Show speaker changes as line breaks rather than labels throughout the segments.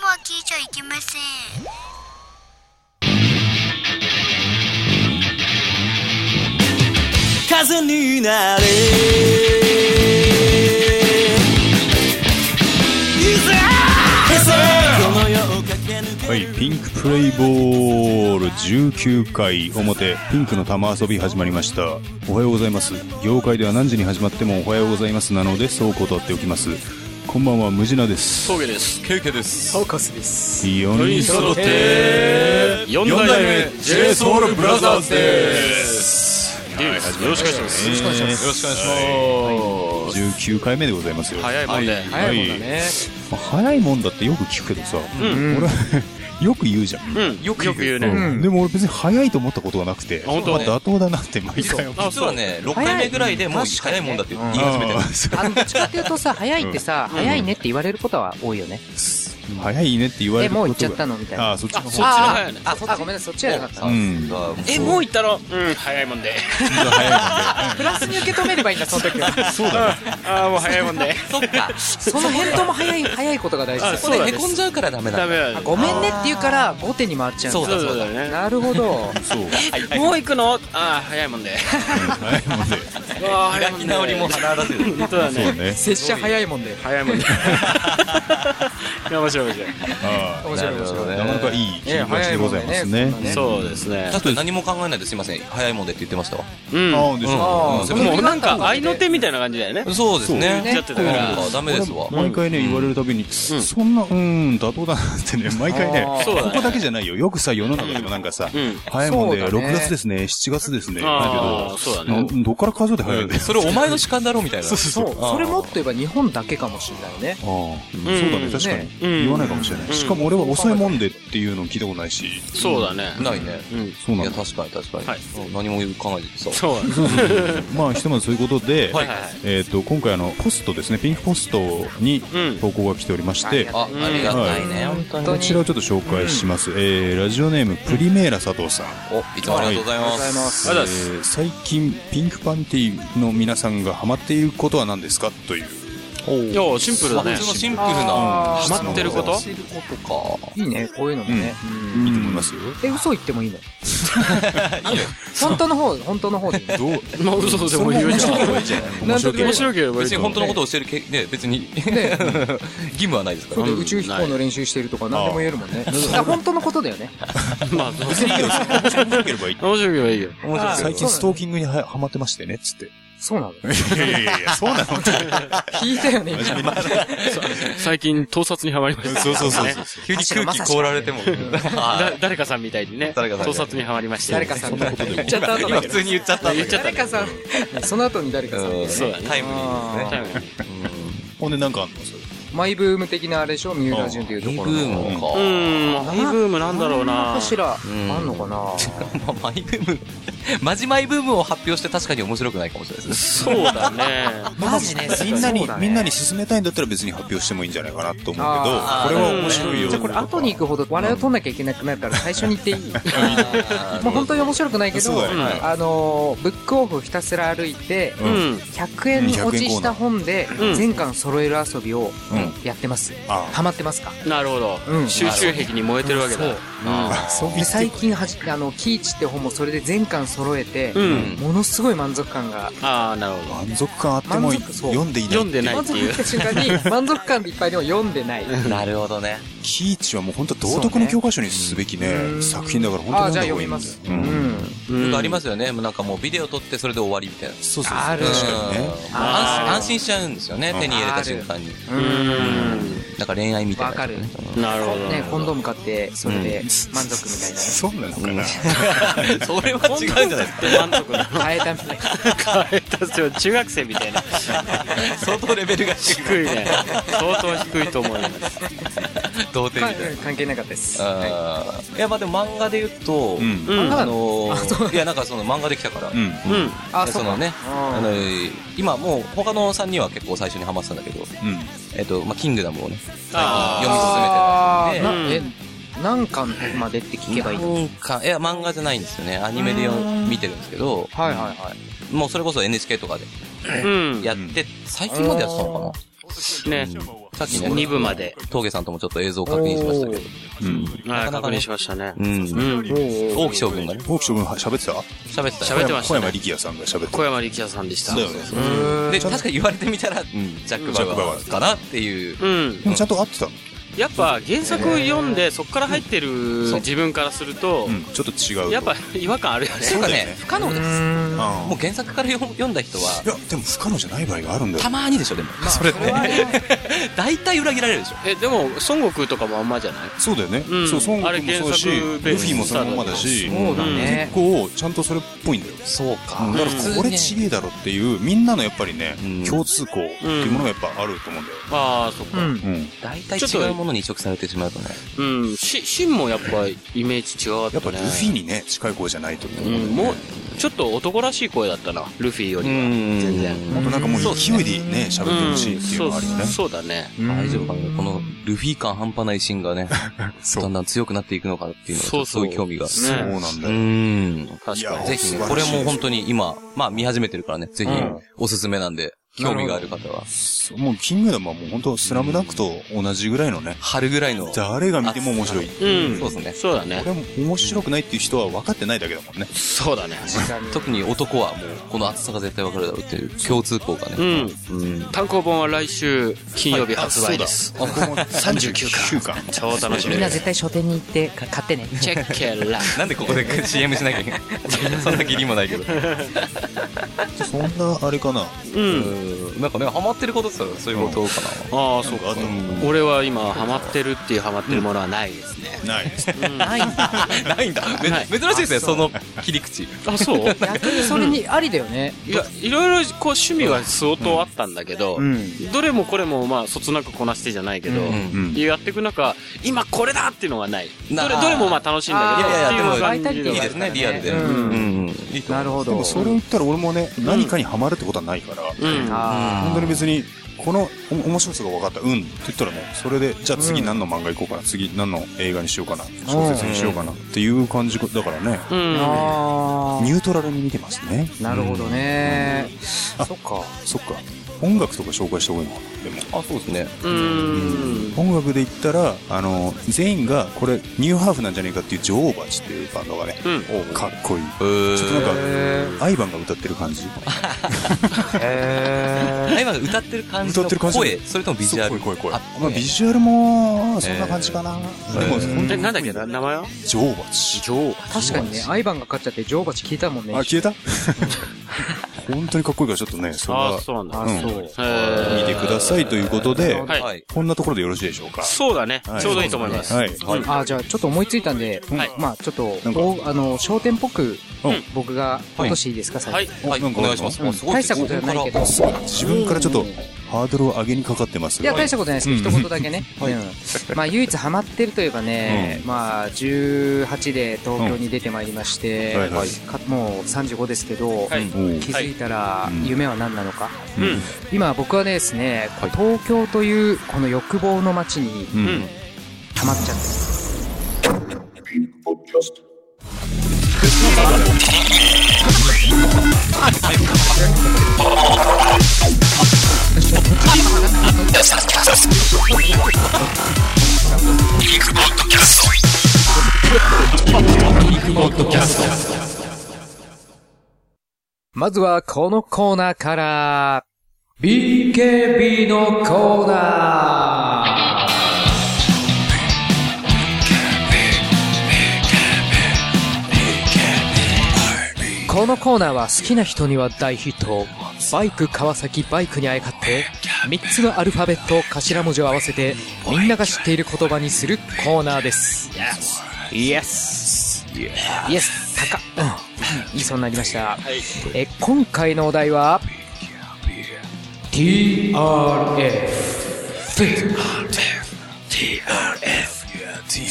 いけません
風になれ
はい、ピンクプレイボール19回表ピンクの玉遊び始まりましたおはようございます業界では何時に始まってもおはようございますなのでそう断っておきますこんばんはムジナです
峠です。ケイケです。
4人揃って
四代目 J ソウルブラザーズです。よろしくお願いします。よろしくお願いします。よろしくお願いします。
19回目でございますよ
早いもんで。
早いもんだね、まあ早いもんだってよく聞くけどさ、俺よく言うじゃん、
うん。よく言うね。
うんでも俺別に早いと思ったことがなくて、
本当
まあ妥当だなって毎回思う
実はね、6回目ぐらいでもう早いもんだって言い始めてる
あ。ーそう
あの、どっちかっていうとさ、早いってさ、早いねって言われることは多いよね。
早いねって言われ
え、
る
もう
こ
行っちゃ
と
った
が
のみたいな。
ああそっちの方
そっちの早いね。
あ、あごめんなさい、そっちじゃなかった。
うん
え、もう行ったのうん、早いもんで。
プラスに受け止めればいいんだ、その時 は。
そうだね
ああ、もう早いもんで。
そっか。
その返答も早い、早いことが大事です
これ凹んじゃうからダメ
ダ
だ。
メだ。
ごめんねって言うから、後手に回っちゃうん
そうだ
そ
そうう
だ
だ。
ね。
なるほど。
そう
もう行くのああ、早いもん で。
早いもんで
ああ、早い
開
もん
き
で。
直りも鼻立てる。
本当だ
そう
ね。
ね
拙者早いもんで。
早い もんで。
ああ
面白い面白い。
面白い面白い。
なるほどね
なかなかいい切り口でございますね
ね早いもんね
そうですね
だ。って何も考えないですいません。早いもんでって言ってましたわ。
うん。
ああでしょ
あ
うん
あ、
で
それ
もうなんか、愛の手みたいな感じだよね。
そうですね。
言っちゃってたから。
ダメですわ。
毎回ね言われるたびにそんなうーん妥当だなってね毎回ね
あー
そうだね
ここだけじゃないよよくさ世の中でもなんかさ
うん
早いもんで
そうだね
6月ですね7月ですね
あー
だけ
そうだ
ど
ね
などっから数えて早いんだよ
それお前の主観だろみたい な。
そう、それもっと言えば日本だけかもしれないね。
ああそうだね確かに
ね
言わないかもしれないしかも俺は遅いもんでっていうの聞いたことないし
そうだね。
ないね。
うん。
そう
い
な
や、
んだ
確かに確かに。
はい
何も考えてさ。
そうだね。
まあひとまずそういうことで
はいはいはい
えーと今回あのポストですねピンクポストに
うん
投稿が来ておりまし
あり
て
がとう
あ、ありがたいね。本当に。
こちらをちょっと紹介します、えーラジオネームプリメーラ佐藤さん
お、いつもありがとうござい
ありがと
ま
うござい
す。
ます。
ありがとうございま
え
す。
ー最近ピンクパンティの皆さんがハマっていることは何ですかという
いや、シンプルだね
普。通のシンプルな。
あー
ハマってること
知ることか。
いいね、こういうのもね。うん
いいと思いますよ、
え、嘘言ってもいいの本当の方、本当の方でいいの
どう
まあ、嘘でも言うじゃん。
面白けれ
面
ば
白いければいい
別
と
に
思う
本当のことを教えるけ、ね、別に、
ね
義務はないですか
そ
ら。
れで宇宙飛行の練習してるとか何でも言えるもんね。 だから本当のことだよね。
まあ、面
面白ければい い
白いければいいよ。
あ
最近ストーキングにはハマってましてねっつって
そうなの
いやいやいや そうなの
聞いたよね、今。
最近、盗撮にハマりました。
そうそうそうそう
急に空気凍られても。あ
だ誰かさんみたいにね、
誰かさん
盗撮にハマりました。
誰かさんが言っちゃった
ー
後
今
だ
普
けど
通に言っちゃったんだけど。
誰かさん、その後に誰かさん。
うん
そうだね
タイムリーですね。
ほんでなんかあんのそれ
マイブーム的なあれでしょ三浦淳っていうところの。
ム
ムか
うーん、マイブームなんだろう
あん
な
か。しら、あ
ん
んのかな
まあ、マイブーム。 マジマイブームを発表して確かに面白くないかもしれないですね。
そうだね。
マジね、
みんな
そう
に、
だね
みんなに勧めたいんだったら別に発表してもいいんじゃないかなと思うけどこれ
あ
ー
は面白いよ
じゃあこれ後に行くほど笑いを取んなきゃいけなくなるから最初に言ってい いもう本当に面白くないけど
そうだ、よね
あのー、ブックオフひたすら歩いて、
う
うんん。
100円落ちした本で
うん
全巻揃える遊びを
うん
やってます、
あ
ハマってますか
なるほど
う。ん
収集癖に燃えてるわけだ。
そう
で最近はじあの「キーチ」って本もそれで全巻揃えて、
うん。
ものすごい満足感が
ああ、なるほど。
満足感あっても
満足そう
読んでいない
読んでないっ
満
て
足
いう
いっ。た瞬間に満足感でいっぱいでも読んでない
なるほどね。
キーチはもう本当道徳の教科書にすべきね
うん
作品だから本
あ
当
あ
に
じゃあ
読
読み
んだ方が
ま
い
す
いんだようん
うん
うん
ありますよね。もうなんかもうビデオ撮ってそれで終わりみたいな。
そうそうそう
ある
確かにね
うん
あ
安
る
安心しちゃうんですよね。
うん
手に入れた瞬間に。
う
うんん。
なんか恋愛みたいな。
わかる
なるほど。
ねコンドーム買ってそれで満足みたいなね
そうなのかな、
それは違うんじゃないですか。
で満足だ。
変えたみたいな
変えたちょ中学生みたいな。
相当レベルが低い。
低いね。相当低いと思います。
童 貞みたいな。
関係なかったですは
あーいや、まあでも漫画で言うと、
うん
うん。
あ
う
のー、いや、なんかその漫画できたから。
うん
ん。
いあ
で
そ
そうの
か
ね、あの今もう他の3人は結構最初にハマってたんだけど、
うん
えっと、まあ、キングダムをね、
あー
最近
な
読み進めて
え何巻までって聞けばいいの
なんか、いや、漫画じゃないんですよね。アニメでよ見てるんですけど、
はいはいはい
もうそれこそ NHK とかで
うん。
やって、最近までやってたのか
ね、
さっきね、
2部まで、
峠さんともちょっと映像を確認しましたけど。
うん。
はい
かなか
確
ね
認しましたね。
うん。
うん。
大木将軍がね、
大木将軍は喋ってた
喋ってたよ
喋ってまし
小
た
山
ね。
力也さんが喋って。
小山力也さんでしたた。
だよね。
で、確かに言われてみたら、ジャック・バウアーかなっていう。
うん。
でもちゃんと合ってたの
やっぱ原作を読んで、そこから入ってる自分からすると
う、ん。ちょっと違う。
やっぱ 違和感あるよね。
てか
だよね
ね、不可能です。
うん、
もう原作から読読んだ人はい
や、でも不可能じゃない場合があるんだよ
た。まにでしょ、でも。それって。大体裏切られるでしょ。
え、でも、孫悟空とかもあんまじゃない
そうだよね。
うん
そう、孫悟
あれ
空もそうだし、ル
原作ベース
フィもそのままだし、
そうだね
結。構ちゃんとそれっぽいんだよ。
そう
うん
か
だから
普通
これ
にね
ちげえだろっていう、みんなのやっぱりね
うん、
共通項っていうものがやっぱあると思うんだよ。
ああ、そっ
う
か。
ん。
うん。
大体違うものに移植されてしまうとね。
うん。し、シンもやっぱイメージ違か
やっ
っ
ぱ
た
ル
ね。
フィにね、近い子じゃないと思う
うん
だよ
ん、
ね。
もう、ちょっと男らしい声だったな、ルフィよりは。全然。
もっとなんかもう勢いでね、喋ってほしいっていうのがあるよね
うん。そうそうだね。
大丈夫かなこのルフィ感半端ないシーンがね、
そ
だ
う。
んだん強くなっていくのかっていうのが、ちょ
そうそう
っとそういう興味が。
そうなんだよ。
うん。
確
い
か
や
に。
ぜひね、これも本当に今、まあ見始めてるからね、ぜひ
うん
おすすめなんで、興味がある方は、
そうもう、キングダムはもう本当スラムダンクと同じぐらいのね、
春ぐらいの。
誰が見ても面白い。こ
うん。
そうですね。
そうだね。
れも面白くないっていう人は分かってないだけだもんね。
そうだね。
特に男はもう、この厚さが絶対わかるだろうっていう共通項が
う
ね。
ん。単行本は来週金曜日発売です。
あ。そう だ39
39
巻。
超楽しみ
みんな
です。
絶対書店に行ってか買ってね。
チェッケラ。
なんでここで CM しなきゃいけないそんな義理もないけど。
そんな、あれかな。
うん。
なんかね、ハマってることって言ったらそういうことか
ああ、そう
あ
か
と。、
俺は今、ハマってるっていうハマってるものはないですね。
ないです。
ないんだ。
な。ないんだ。め
はい
珍しいですね、その切り口。
あ、そう
逆にそれにありだよね。
いや、いろいろこう趣味は相当あったんだけど、
ん。
どれもこれもまあ、そつなくこなしてじゃないけど、
うん
うん。
やっていく中、今これだっていうのがない。
な
どれ、どれもまあ楽しいんだけど、
いやいや
っていうのが
バ
イタリティ
いい
が
ですね、
うん
リアルで。
うん
うんうん。いいと思
なるほ
で
ど。
もそれを言ったら俺もね、何かにハマるってことはないから、
うん。
あ
う
本当に別に、このお面白さが分かった、うんって言ったらもう、それで、じゃあ次何の漫画行こうかな、次何の映画にしようかな、小説にしようかなっていう感じだからね、
う
ー
ん。
あ
ニュートラルに見てますね。
ー。なるほどね。
あ、そっか。そっか。音楽とか紹介した方がいいのかな、でも。
あ、そうですね。
うん。
音楽で言ったら、あの、全員が、これ、ニューハーフなんじゃねえかっていうジョー・オーバーチっていうバンドがね、
うん
かっこいい。
えー
ちょっとなん
へ
か、アイバンが歌ってる感じ。
へ
あ今歌ってる感じ
歌ってる感
の
じ
声、それともビジュアル。
そう声声声
あ
まあ、ビジュアルも、そんな感じかな。
ー
でも、
えー
ほんと
え、
に
なんだっけ、名前は
女王蜂。女王
確かにね、アイバンが勝っちゃって女王蜂聞いたもんね。
あ、消えた 本当にかっこいいから、ちょっとね、それ
あ
は
あ、、そうなんだ。
あ、そう。
へ
見
ー
てくださいということで、
はい
こんなところでよろしいでしょうか。
そうだね
は。い
ちょうどいいと思います。
はい。
はい
あじゃあちょっと思いついたんで、
はい
まあちょっと
なんか
おあの焦点っぽく
うん
僕が落としていいですか、
はい。
お
はい、
な
お
んか
願いします。
うん
あすごいで
大
す
したことじゃないけど
ここか
自分からちょっと、ハードルを上げにかかってます
いや
が。
大したことないですけど、
うん
一言 だけね、うんまあ唯一ハマってるといえばね、まあ18で東京に出てまいりまして、
うんはいはい
かもう35ですけど、
はい。
おう
気づいたら
い
夢は何なのか、
うん。
今僕はですね、東京というこの欲望の街に
うん
うん。
ハマっちゃってまずはこのコーナーから、BKB のコーナーこのコーナーは好きな人には大ヒット。バイク、川崎、バイクにあやかって、3つのアルファベット、頭文字を合わせて、みんなが知っている言葉にするコーナーです。イエスイエス高っ、うん、言いそうになりました。え今回のお題は TRF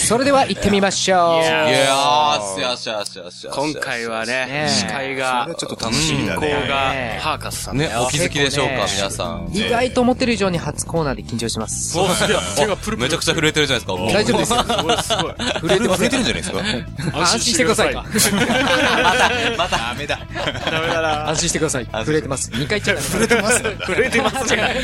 それでは行ってみましょう。
いやー、よしよしよしよし。
今回は
ね
ね、司会
それは
が、
ちょっと楽しみだ
進行
ね。
が
ね、
ハーカスさん。
ね、お気づきでしょうか、
結構ね
皆さん。
意外と思ってる以上に初コーナーで緊張します。
そうすげえ手がプルプ
め
ル。
ちゃくちゃ震えてるじゃないですか。。
大丈夫ですすよ。
すごいすごい。
震えて震えてるんじゃないですか
安心してくださいか。
また、ダメだ。
ダメだな。
安心してください。震えてます。2回言っちゃっ
震えてますね。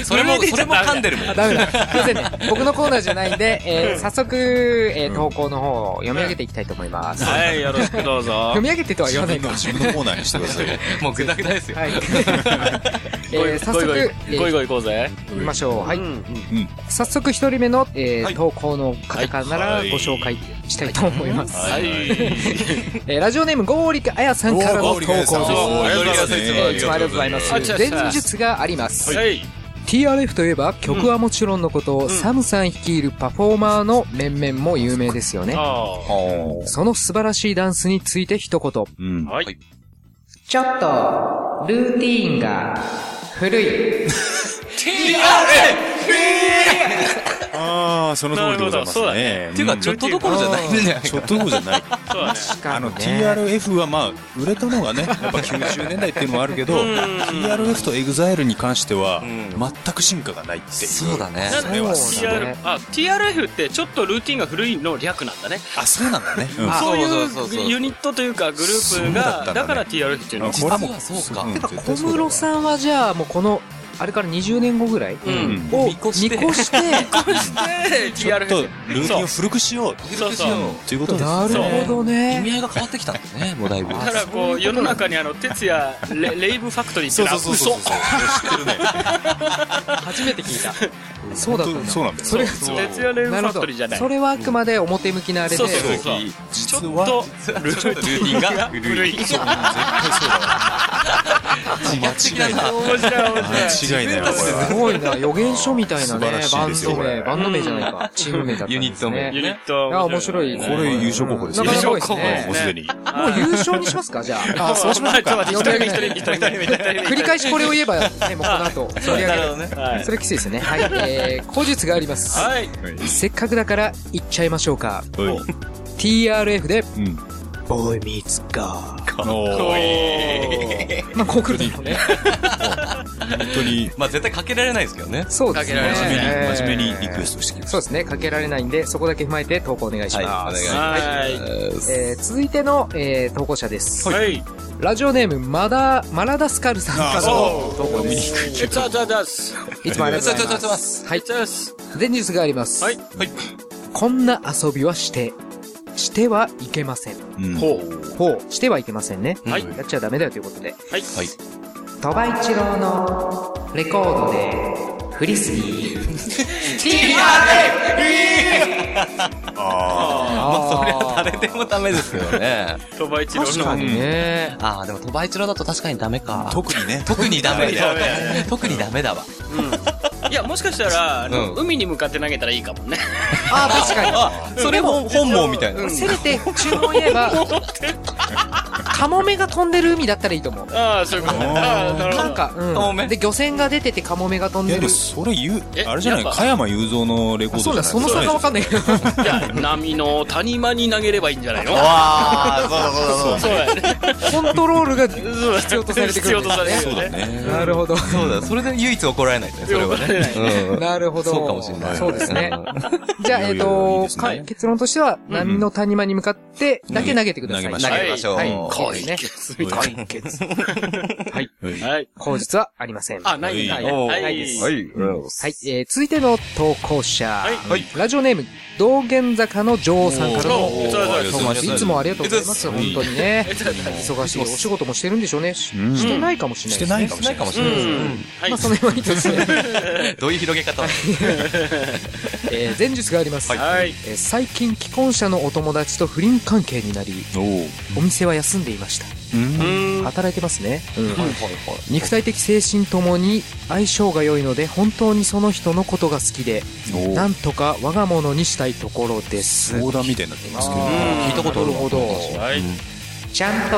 それも、それも噛ん
で。
でるもん。
た。ダメだ。すいませんね。僕のコーナーじゃないんで、えー早速、えー投稿の方を読み上げていきたいと思います。
はい、よろしくどうぞ
読。み上げてとは言わないか。
自分のコーナーにしてくださいよ。
もうグダグダです よ。
はい。 え
ゴイ
ー早速、
ゴイ
え
ゴイ
ー
ゴイ行こうぜ。
行きましょう。はい。
うん。
早速一人目の、えー
はい
投稿の方から
はい
ご紹介したいと思います。
はい。
えーラジオネーム、ゴーリクあやさんからの投稿です。
おー
ありがとうございます
えーい
い
つ
つも
も
あ
あ
り
り
が
が
と
と
うご
うご
ざ
ざ
いま。
い
ありが。
ますす
とうございます
前述があります。
はい。
TRF といえば曲はもちろんのこと、サムさん率いるパフォーマーの面々も有名ですよね。
あ
その素晴らしいダンスについて一言。
うん
あ。。はい。
ちょっと、ルーティーンが古い。
ああ、その通りでございますね。
っていうか、ちょっとどころじゃないんじゃない
ちょっとどころじゃない。
そうだね。
あの TRF はまあ売れたのがねやっぱ90年代っていうのもあるけど TRF と EXILE に関しては全く進化がないっていう
そうだね
なん
そ
で
れは
そうだね
TR、あ、TRF ってちょっとルーティンが古いの略なんだね。
あそうなんだねうん
あ
そう
そうそうそう
い
そう
うユニットというかグループ
そうだったんだね
が、だから TRF っていうの
これも
実はそうか
ん
て
て
か、
絶
小
対そうだ
室さんはじゃあもうこの、あれから20年後ぐらい
ん
を
見越して
見越して、
ちょっとルー
TRF。
ティンを古くしよう
そうそう。
ということです
なるほど
意
ね。
味合いが変わってきたんだね、もうだいぶ。
だからこう世の中にあの哲也レレイブファクトリーって
そう
のは
そう
嘘
そうそうそう
初めて聞いた。そうだったんだ。
そうなんだよ
それ
そう哲也レイブフ
な
ァ
るほ
クトリーじゃな
ど。
い
それはあくまで表向きなあれで
そう、そうそうちょっ
実は
と
ルーティンが
古い面白い
間違いな。
面白い
間違いないわこれ
す
は
ごいな、予言書みたいな
素晴
ね
ら、しい
バ
で
ン
すよ
ド名、
これ
バンド名じゃないか、チーム名だったんです、ね。
ユニット名
ユニット
あ面白い。
ね
これ優勝候補ですよ
なかなか
優
多い
勝候補
もうすでに
ねもう優勝にしますか、じゃあ。
あそうしましょうか一人目一人目一人目一人目
繰り返しこれを言えば、ね、もうこの後、取り上げる。
ねはい
それきついですね。はい。えー、口述があります。
はい
せっかくだから、言っちゃいましょうか。
はい
TRF で、
うん
ボーイミーツガー。
おー
まあ、こう来るだろうね。
本当に
まあ絶対かけられないですけどね。
そうですね。
かけられ
真
ません
面目に真面目にリ
え
クエ
ー
ストしてきまし
そうですね。かけられないんで、そこだけ踏まえて投稿お願いします。
はい
えー、続いての、えー、投稿者です。
はい
ラジオネーム、マダ、マラダスカルさんからの
そ
投稿です。
エツアザダス
いつもありがとうござい
ありがとうござい
ま。
ます
は
はいい。ザス
前日があります。
はい
こんな遊びはして、してはいけません。
たうん
ほう
ほう。してはいけませんね。
はい
やっちゃダメだよということで。
はい
鳥羽一郎のレコードで、フリスビー。
まあそりゃ誰でもダメですよね。
鳥羽一郎
確
の
かにね。
ああ、でも鳥羽一郎だと確かにダメか。
特にね
特にダメ
ダ
だ
メだ。
特にダメ だわ。
いやもしかしたらあの
うん
海に向かって投げたらいいかもね
ああ、確かに。
それも本望みたいな。
せめて、注文言えば、カモメが飛んでる海だったらいいと思う。
ああそういうことねああなるほ
な
ど
んか、
カモ
う
メ
ん。で、漁船が出ててカモメが飛
い
ん
や
で
でも
る。
それ言う
え
あれじゃない
やっぱ
加山雄三のレコー
あ
ドじゃな
そう
い
だ、その差がわかんないけど。
じゃあ波の谷間に投げればいいんじゃないの
わあ、そうそうそう。
そうだね
コントロールが必要とされて
必
くる
要
ん
と
です
さ
ね。
れる
そうだね
なるほど。
そうだ、それで唯一怒られないね、それは
怒られない
ね。うん
なるほど。
そうかもしれない。
そうですね。じゃあ、
いや
え
いやい
っ
い
と
で、すね
か結論としては、波の谷間に向かって、だけ投げてください。
投げまし
投
ょう
げましょう。
は。
はいい
いいですね。解決。はい。
はい
口実はありません。は
あないんだ
おー
はい
はい。
い。えー、続いての投稿者。
はい
ラジオネーム、道玄坂の女王さんからの
おー
投
あり
がとうござい
稿
ま
ですす。いつもありがとうございます。
あ
本
りがとう
当
ございます
にね。忙しいお仕事もしてるんでしょうね。し
うん
してないかもしれない
して
ですね。
ないか
し
もし
な
れ
い
ない
かもし
う
れない。
んはい
まあ、そのようにですね。
どういう広げ方
えー、前述があります。
はい
えー最近既婚者のお友達と不倫関係になり
おお
お店は休んでいました
う
うん
ん
働いてますね、うん肉体的精神ともに相性が良いので本当にその人のことが好きで
お
なんとか我が物にしたいところです
相談みたいになってますけど
聞い
たことあるなるほど
はい
ちゃんと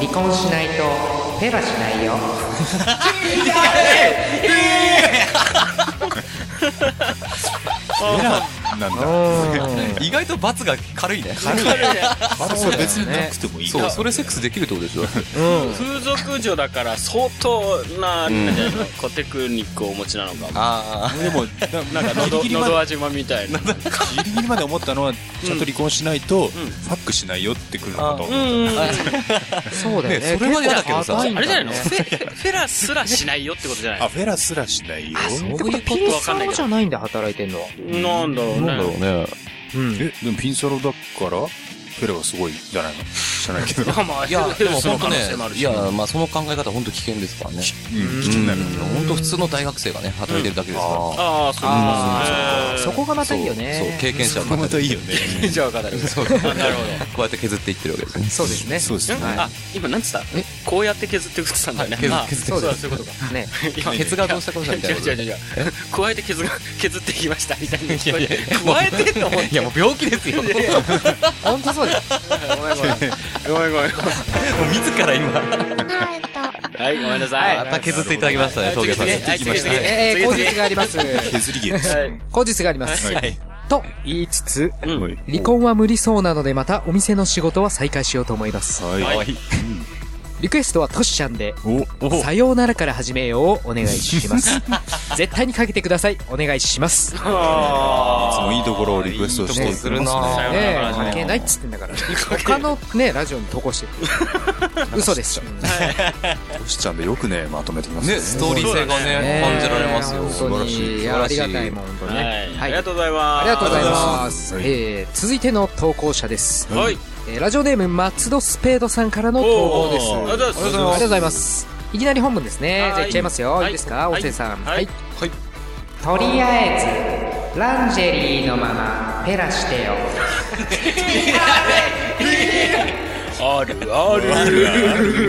離婚しないとペラしないよ
なんだ
うん
意外と罰が軽いね。
まだそれ別になくてもいい
そう、それセックスできるってことでしょ。
風俗女だから相当な、なんていうのコテクニックをお持ちなのかも
あ
でも
なんか喉
ギリギリまで
喉味まみたいな
ギリギリまで思ったのはちゃんと離婚しないと、ファックしないよってくるのかと
うんうんうん
そうだよね
ねそれは嫌だけど
結
さ
構高いん
あれじゃない
よ
の
ね
フェフェラすらしないよってことじゃない
あフェラすらしないよ
って
そう
こ
い
と
うこと
ピン
わかんないけ
サロ
ど
じゃないんだ働いてんのは
なんだろうね
ね。
うん
えでもピンサロだからフェラはすごいじゃないの知らないけど、
まあまあ
いや、でも
その可
本当
能
ね
性もあ、る
い
し
や、まあその考え方本当危険ですからね。
うん、気になる
本当普通の大学生がね、働いてるだけですから。
ああそうなんです
そ
ね
こがまたいいよ
そうそう
ね
経験者
そこまたいいよね
じゃあ分か んないです
そう
あなるほど
こうやって削っていってるわけですね。
そうですね
そうですね
んあ今なんつったこうやって削ってくってたんだよね
削
あ
削って
そうだそういうことか
ね
今
ケツがどうしたことだみたいなこと
違う違う違う違う加えて削が削ってきましたみたいな聞こえて加えてって思って
いや、もう病気ですよ。もう
本当そうだよ
ごめんごめん
自ら今、
はいごめんなさい
また削っていただきましたね、峠
次
さん。
次はい次次
はい
え
次
ー、
次
口実があります
削り芸です、
はい
口実があります
はい
と言いつつ
うん
はい
離婚は無理そうなのでまたお店の仕事は再開しようと思います
はい、
はい
リクエストはトシちゃんで
おお
「さようならから始めよう」をお願いします 絶対にかけてくださいお願いしますね
そ
あ
の
ー
いいところをリクエストして
ね
い
いいとこするな
ますね
さような
え
ら
関係ないっつってんだから他のねラジオに投稿して る嘘です
トシちゃんでよくねまとめてきますね
ね、ストーリー性がね、感じられますよ。
本当にありがたいもん本当にね
はい
は
あ
い
り
あ
がとうございます
りがとうございま
あ
す
りがとうございます
えー続いての投稿者です
はい
えーラジオネーム松戸スペードさんからの投稿です
おーありがとうござい
あり
ま
がとう
す
ございます。いきなり本文です
は
ね
い。
じゃあいっちゃいますよ。
はい
いいですか、
はい
おせさん。
はい
はい。とりあえず、ランジェリーのまま、ペラしてよ。
あるあるある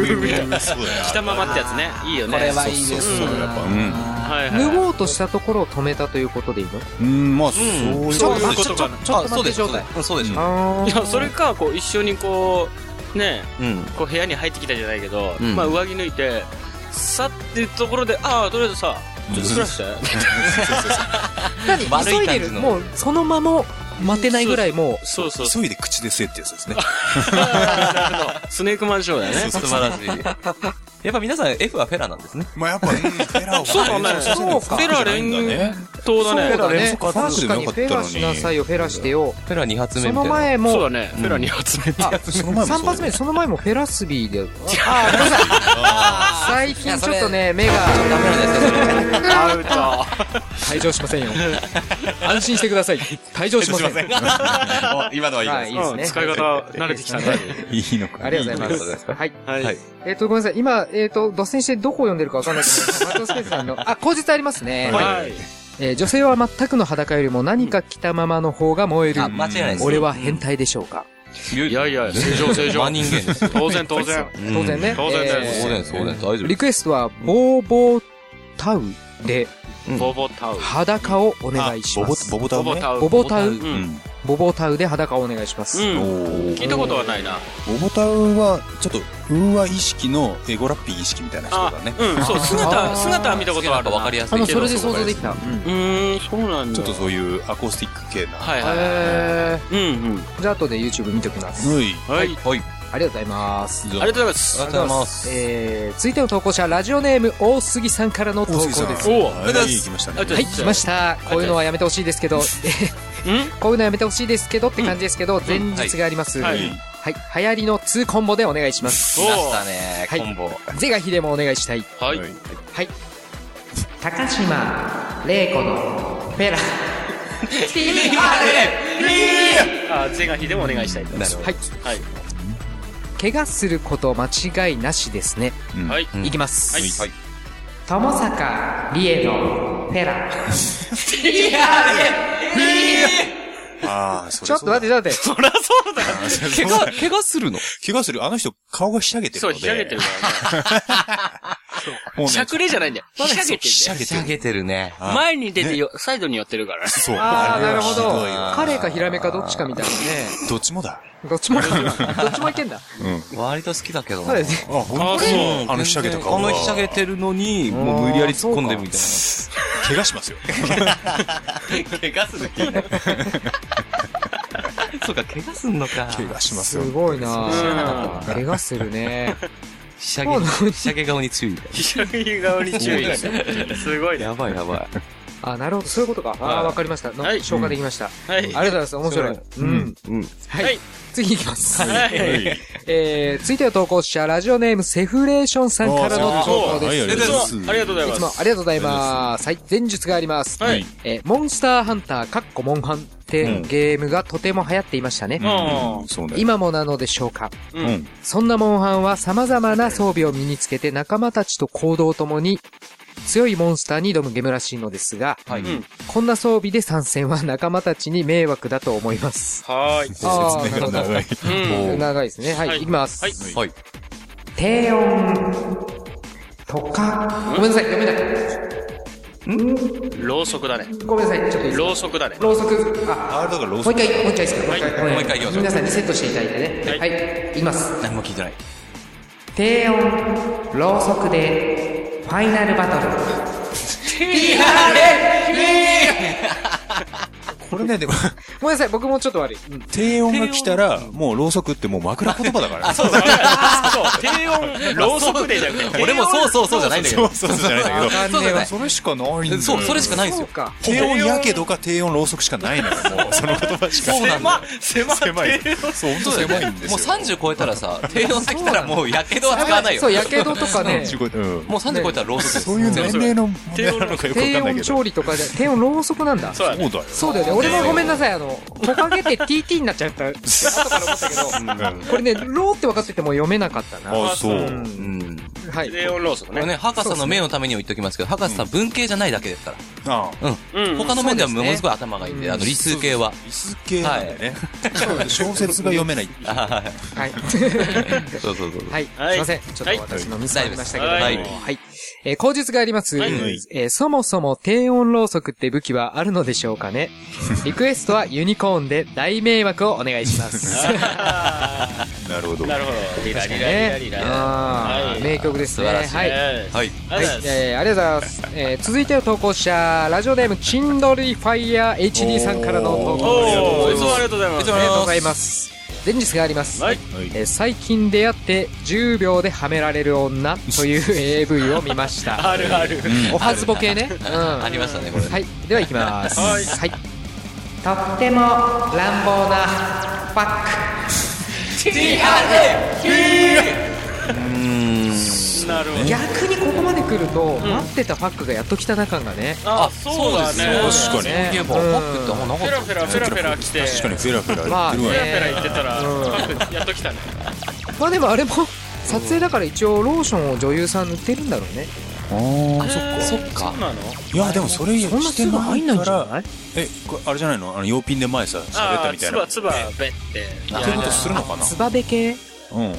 そうだ
着
よ
たままってやつねいいよね
これはいいです
そうそう
な
はいはい
脱ごうとしたところを止めたということでいいの
うんまあそういう
そういう
こ
こと
か
とか
な
な
ちょっと
待って
そう
ちょっと待って
です。そうでし
あ
ょ。
いやそれかこう一緒にこうね
うん。
こう部屋に入ってきたじゃないけど、
うん
まあ上着脱いでさっていうところでああとりあえずさちょっとスラして
何
悪
急
い
いで
感じ
る。
の
もう、そのまま待てないぐらいもう、
そうそうそう
急いで口でせえってやつですね
スネークマンションだよね
素晴らしい。 やっぱ皆さん F はフェラなんですね。
まあやっぱ、うん、フェラを
そうだね
そうか
フェラ連投だね
だね
確
フェラ連続
かに、フ
でよ
ェ
かったの
ラ
に
しなさいよ、フェラしてよ。
フェラ2発目
そ
みた
の
いな。
そ
前
うだ
も、
ね、フェラに集めて
あ、
その前もそう
3発目、その前もフェラスビーで、あー、ごめんなさい。最近ちょっとね、目が、
ダメなんですよそれ
アウト
退場しませんよ安心してください退場しません
今のはい
はいいいですね
使い方慣れてきたね
いいのか
ありがとうござい
いい
ま
ですす
はい
はい、
はい
えっとごめんなさい今えっと脱線してどこを読んでるかわかんないけどマトスペースさんのあ口実ありますね
はい
えー女性は全くの裸よりも何か着たままの方が燃える
あ、間違いないです。
俺は変態でしょうか
いやいや正常正常
真人間ですよ。
当然当然
うん
当然ね
当然です
そうです、そうです。大丈夫
リクエストはボーボータウで
ボボタウ
裸をお願いし
ボ
ま
ボ
す
ボボタ
ボ
ウ
ボ
ね
タウ
ボボタ
う
ウ
うんん
ボボタウで裸をお願いします
うん、
おー
聞いたことはないな
ボボタウはちょっとウーア意識のエゴラッピー意識みたいな人
あ
だね
うんそう姿姿は見たことはある
わかり
や
やす
あ
い
もう
けど。
それで想像できたうん
うーんそうなんだ
ちょっとそういうアコースティック系な
はいはいはい
え
うんうん
ーじゃあ後で YouTube 見ておきます
はい
はいあり
はい。
ありがとうございます
がとうございます
ありがとうございます。
えー、続いての投稿者ラジオネーム大杉さんからの投稿です
大杉さ
お
は
は
お
い
ありがとうございます
行きましたね
ありがとうござ
い
ま
来ましたこういうのはやめてほしいですけど
ん
こういうのやめてほしいですけどって感じですけど、前日があります、
は
はいい流行りの2コンボでお願いします
お
来
ー
ましたね、
はい
コンボ。
ゼガヒでもお願いしたい
はい
はい
はい高島玲子のフェラ
あ前半比でもお願いしたいと
はい
はい
怪我すること間違いなしですね、
うん
はい
うん
いきます、
はい
はい。
友坂理恵のフェラ
ああそ
ちょっと待ってちょっと待って
そりゃそうだよ
って
怪我、怪我するの
怪我するあの人顔がひしゃげてる
そ
の
う
で
引き上げてるから
もう
ね
ね
しゃくれじゃないんだよ引き上げて
ひしゃ
ん
げ
仕
てる
上げてるね。
だよ前に出てよサイドに寄ってるから ね
そう
ああ、
れ
な
は
るほ
ひど
ど
いわ。
彼かヒラメかどっちかみたいなね。
どっちもだ
どっちも、どっちもいけんだ。
割と好きだけどな
そうですね。
あ、本当にあのひしゃげた顔
あ
が。
のひしゃげてるのに、もう無理やり突っ込んでるみたい
怪我しますよ。
怪我する気そうか、怪我すんのか。
怪我します
す
よ。
ごいな
知らなかった
怪我するね。
仕
そう
上
な
げ、仕上げ顔に注意だよ。
非常に顔に注意して。すごいね。
やばいやばい。
あ、なるほど。そういうことか。あ
は
あ、
い
わかりました。の
はい
消化できました。
は
あ
い
り。がとうございます。面白い。うん。
うん。
はい。
次いきます。
はい。
い。
えー、続いての投稿者、ラジオネームセフレーションさんからの投稿
おー
です。
セフレーションさんはいありがとうございます
いつもありがとうござい
い
ます。
つもありがとうございます。はい、前述があります。
はい。
えーモンスターハンター、かっこモンハンってゲームがとても流行っていましたね。
うん
うんそうね。
今もなのでしょうか
うん
うん。
そんなモンハンは様々な装備を身につけて仲間たちと行動ともに強いモンスターに挑むゲームらしいのですが、
はい。
うん
こんな装備で参戦は仲間たちに迷惑だと思います。
はーい。
あー
説明が長い。
うん
おー
長いですね。はい、
はい
い、きます。
はい。
はい。
低音とか、ごめんなさい、読めない。
ろうそくだね。
ごめんなさい、ちょっといいですか
ろうそく だね。
ろうそく、あ、
あれだからロー
もう
ソ
一回、もう一回いいですか、もう一回、
はい
もう一回いきましょう
皆さんにセットしていただいてね。
は
はいい、い、きます。
何も聞いてない。
低音、ろうそくで、ファイナルバトル。
これね、でも、
ごめんなさい、僕もちょっと悪い。うん
低音が来たら、もうろうそくってもう枕言葉だから。そうそう
そう、低音、ろうそくでじゃな くて。
俺もそうそうそうじゃないんだけど。
そうじゃないんだけど。
あかんねえわ
それしかないんだよ
そう、それしかないんです
そう
よ。
か。
低音やけどか低音ろうそくしかないのよ。もうその言葉しか。
そうなんだよ。
狭
狭い
低音。
そう、本当
そうだ
狭
よ
いん
ね
で
もう
すよ。
30超えたらさ、低温できたらもうやけどは使わないよ
そう、。やけどと かね。
うん
もう30超えたらローソク
そういう年齢の問題なのかよくわか
低
んない
温
けど。
調理とかで、低温ろうそくなんだ。
そうだ
そ
ね。
うだよ。
そうだよね。俺もごめんなさい、あの、トカゲって TT になっちゃった。後から思ったけど、これね、ろうって分かってても読めなかったな。
あ、そう。
う
うんん。
はい。
低音ろうそく
これ
ね。
ね、博士の面のためには言っときますけど、博士さん文系じゃないだけですから。
ああ。
うん。
他の面では
そうです
も
ね
のすごい頭がいいんで、あの理数系は。
理数系なんだよね。小説が読めない。
はい
はい。
そうそうそう。
はい。
はい
すいません。ちょっと私のミスがありましたけども。
は
はい
大
い。
丈夫です
はい。えー、口述があります。
はい
えーそもそも低温ろうそくって武器はあるのでしょうかねリクエストはユニコーンで大迷惑をお願いします。
あ
なるほど
ー。なるほど。リラリラリラリ
ね
ラ。。
あ
はい
ー名曲ですね。
素晴らしい
はい。
えー
はい。
あ
は
りが
い
とうござい、ます。
えー、ありがとうございます。えー、続いての投稿者、ラジオネーム、チンドリファイヤー HD さんからの投
お
稿です。
ー、いつもありがとうございます。
ありがとうございます。前日があります。
はい。
えー最近出会って10秒ではめられる女という AV を見ました。
あるある。
おはずぼ系ね。うん。
ありましたね、これ。
はい。では行きます。
はい
はい。とっても乱暴なパッ
なるほ
ク。
ど。
逆にここまで来ると、待ってたパックがやっと来たな感がね。
あ、そうだ
確
ね。
かに。
そういえば、ポ
うん
ップってあんまなか
ペ
っ
ラペラ、ペラペラ来て。
確かにフェラフェラ
ま
言ってるわ
あ
ペラ
ね。
ペラ言ってたら、パックやっと来たね。
まあでもあれも、撮影だから一応ローションを女優さん塗ってるんだろうね。
あ
た。そっか
そう。なの
ーいや、でもそれ
そんなすぐ入んないんじゃない
え、これあれじゃないのあの、用品で前さ、喋った
あ
み
ー、
たいな。
つば
っ
つばべって。
てことするのかな
つばべ系
うん。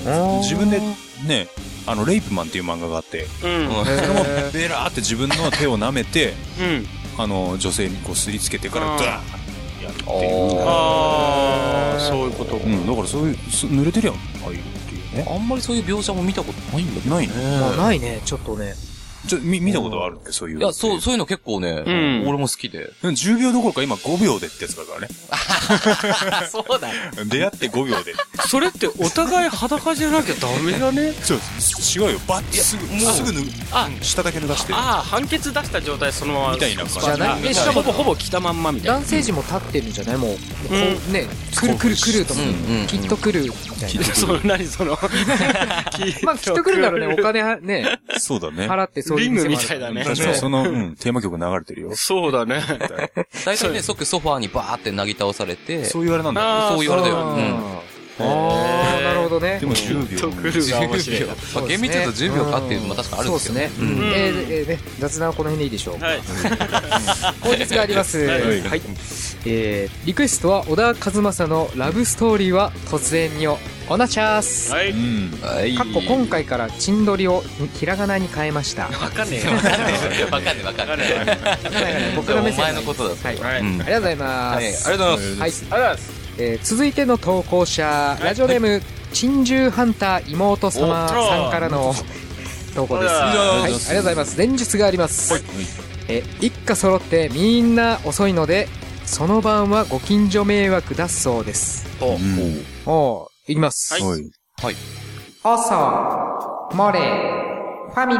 自分で、ね、あの、レイプマンっていう漫画があって、
うん。
うん
それもベラーって自分の手を舐めて、
うん。
あの、女性にこう、すりつけてから、
うん
ドラーンやるっていう。
ああ、そういうこと。
うん、だからそういう、す濡れてるやん。ああいうっていうね。
あんまりそういう描写も見たことないんだけど。
ないね。
まあないね、ちょっとね。
ちょ、み見たことあるのけそういう。
いや、そう、そういうの結構ね、
ん
俺も好きで。
でも10秒どころか今5秒でってやつだからね。
あ、そうだよ。
出会って5秒で。
それってお互い裸じゃなきゃダメだね。
そうです。違うよ。バッてすぐ、すぐ脱ぐ。
あ
下だけ脱がして。
ああ、判決出した状態そのまま。
みたいな感じ
スパッと
じゃない
えしかもほぼほぼ着たまんまみたいな。
男性陣も立ってるんじゃないもう、こうね、来る来る来ると思
うんうんう
うんきっと来るみたいな。
そう、何そ の。
まあ、きっと来るんだろうね。お 金はね、
そうだね。
払ってそういう
リム
店もある
みたいだね
確かにその、うん、テーマ曲流れてるよ。
そうだね。
大体ね、即ソファーにバーってなぎ倒されて、
そ
そう
ういうあれなんだ。
あー
言われたよ。
あ
う
ー
ん。
あー、なるほどね
で。も10秒。。
と来るが 面白いな。
まあ、厳密に言うと10秒かっていうのも確かあるんですけど
そうですね。うんえーえーね、雑談はこの辺でいいでしょう。
はい。
後日があります。
はい
はい。えー、リクエストは小田和正のラブストーリーは突然にを、おなちゃーす。
はいう
ん。
はい
かっこ今回からチンドリをひらがなに変え ました。
わかんねえよ。
わかんねわかんね
僕ら目線
お前のことだ
はい。ありが
はい。
う
とう
ん
ございま
はい、あり
す。
がとうございます。
はい。
あらす。
えー続いての投稿者、ラジオネーム、珍獣ハンター妹 様さんからの投稿です。
あ
はい、あ
り
りがとうございます。前述があります。えー一家揃ってみんな遅いのでその晩はご近所迷惑だそうです
お
おういきます、
はい
はい。
オソ、モレ、ファミ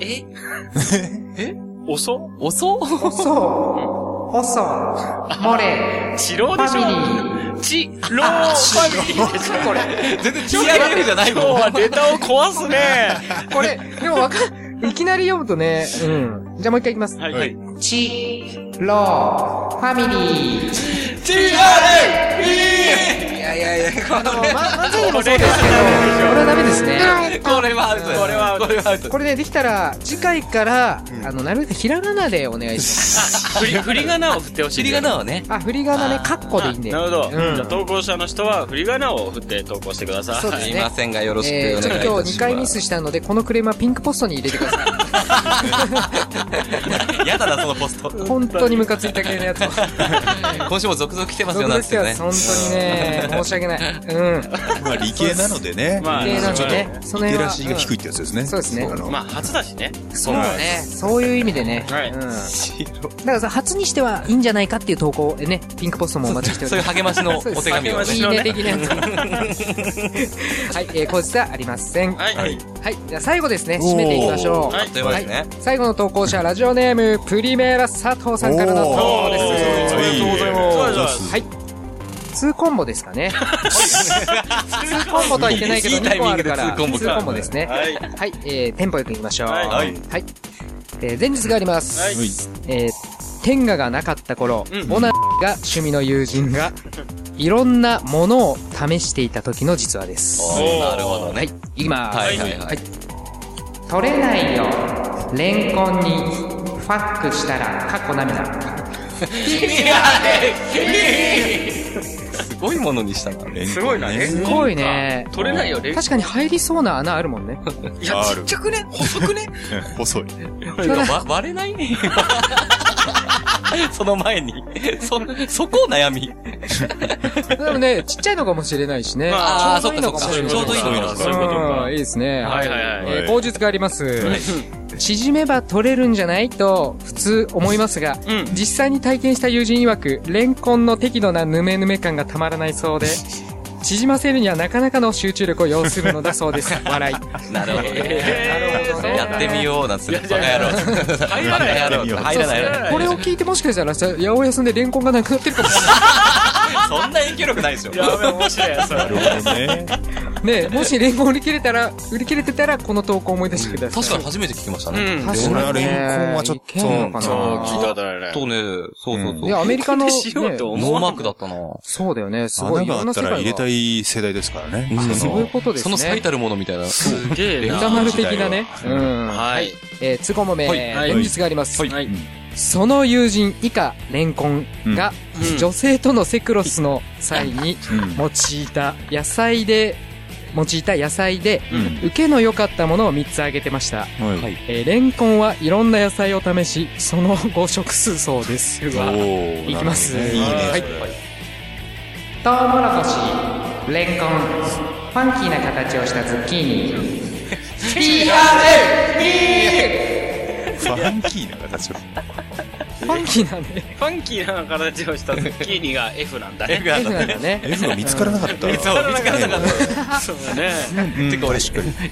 リー。
遅
おそ
オソ、オソ、モレ、
治療でしょチローファミリーでしょこれ。
全然違うわけじゃない
今日
もん。
はネタを壊すね。
これ、でもわかん、いきなり読むとね、うん。じゃあもう一回いきます。
はい。
はい
チ、ロー、ファミリー。
いやいやいや、こ
あの、ま、漫才でもそうですけど、これはダメですね。
れはアウト
これはアウト
これはアウト。
これね、できたら、次回から、あの、なるべくひらがなでお願いします。
振り、振り仮名を振ってほしい。
知りがなはね。
あ、振り仮名ね、カッコでいいんで。
なるほど。
ん
じゃあ投稿者の人は振り仮名を振って投稿してください。
そうです
す
ね
いませんが、よろしくお願い
えー
いたし
ちょ
ま
っと今日2
す。
回ミスしたので、このクレームはピンクポストに入れてください。
やだな、そのポスト。
本当にムカついた系のやつ。
今週も続々来てます
僕
よ、な
だ
ん
け
て
は
ね。
本当にね、申し訳ない。うん。
まあ理系なのでね。
まあ
系なのでね
リ
その辺は
テラシーが低いってやつですね。
んそうですね
あの
まあ、初だしね。
そうね。そういう意味でね。
はい
うん。だからさ、初にしてはいいんじゃないかっていう投稿でね、ピンクポストもお待ちしてお
そう
り
いう
ます。
励ましのお
そうです
手紙
励
を
ま
ね
し
い。いね的なやつ。はい、えー、こちらありません。
はい。
はい。
はい、じゃあ最後ですね、締めていきましょう。
はい
というわけでね。
最後の投稿者、ラジオネーム、プリメーラ佐藤さんからの投稿です。
おー
ありがとうございます
はい。2コンボですかね。2コンボとは言ってないけど、
いいタ
2
イ
個
ミ
あ
ング
るか
で
ら、
2コンボか
2コンボですね。
はい
はい、えー、テンポよくいきましょう。
はい
はい
はい。えー、前日があります。
はい
えー、天下がなかった頃、
うん
モナが趣味の友人 が、いろんなものを試していた時の実話です。
いおー
なるほど
は
ね。
い、いきます。
はいはいはい。
取れないよレンコンにファックしたら過去涙
すごいものにしたな。
レンコンね
すごいな、レンコン
す
か
ごいね
取れないよ、レンコン。
確かに入りそうな穴あるもんね
いや、
あ
ち
る
っちゃくね細くね
細い。
わ割れないその前に。そ、そこを悩み。
でもねちっちゃいのかもしれないしね
まあ
ちょうどいいのかもしれない
ちょうどいいの
かそういうことか
うんいいですね
はいはいはい
えー口述があります、
い
縮めば取れるんじゃないと普通思いますが、
うん
実際に体験した友人曰くレンコンの適度なヌメヌメ感がたまらないそうで縮ませるにはなかなかの集中力を要するのだそ うです笑い
なるほどね。
なるほどね
やってみようなんつって、バカ野郎。
入ら
バ
ない
カ野郎。入らない。
これを聞いてもしかしたらさ八百屋さんでレンコンがなくなってるかもし
そんな影響力ないでしょ。
やべ、面白いやつ。
なるほどね。
れない。ねえもしレンコン売り切れたら、売り切れてたら、この投稿思い出してください。
確かに初めて聞きました
う
ね。
ん。
に
確かにね
俺はレンコンはちょっと
いけんのか
そう、聞い
な
たことないね。
とね、そうそうそう。
いや、アメリカの、ね、
しようと思
ノーマークだったな。
そうだよね。すご
穴
い。い
が
ろ
あ
ん
っ
な
た
世
ら入
界
れ
が
たい世代ですからね。
う
そ
ん
そういう
の
ことです
そ
ね。
の最たるものみたいな。
すげえ
レ
な。
ンタマル的なね。うん。
はい。
えー、都合もめ、
はい
はい
連日があります。
はい。
その友人以下、レンコンが、
うん
女性とのセクロスの際に
うん
用いた野菜で、用いた野菜で、
うん
受けの良かったものを3つ挙げてました。
はい
はい
えーレンコンはいろんな野菜を試し、その後食すそうです
お
が。
ー
いきます
なるほどねいいね。
はいトウモロコシ、レンコン、ファンキーな形をしたズッキ ーニ。
ファンキーな形を。
ファンキーなね。
ファンキーな形をしたズッキーニが F なんだね。
F があっ
F
た
な
ね
ん。だね。
F が見つからなかった。
そう、見つからなかった。
そうだ ね。
てか俺、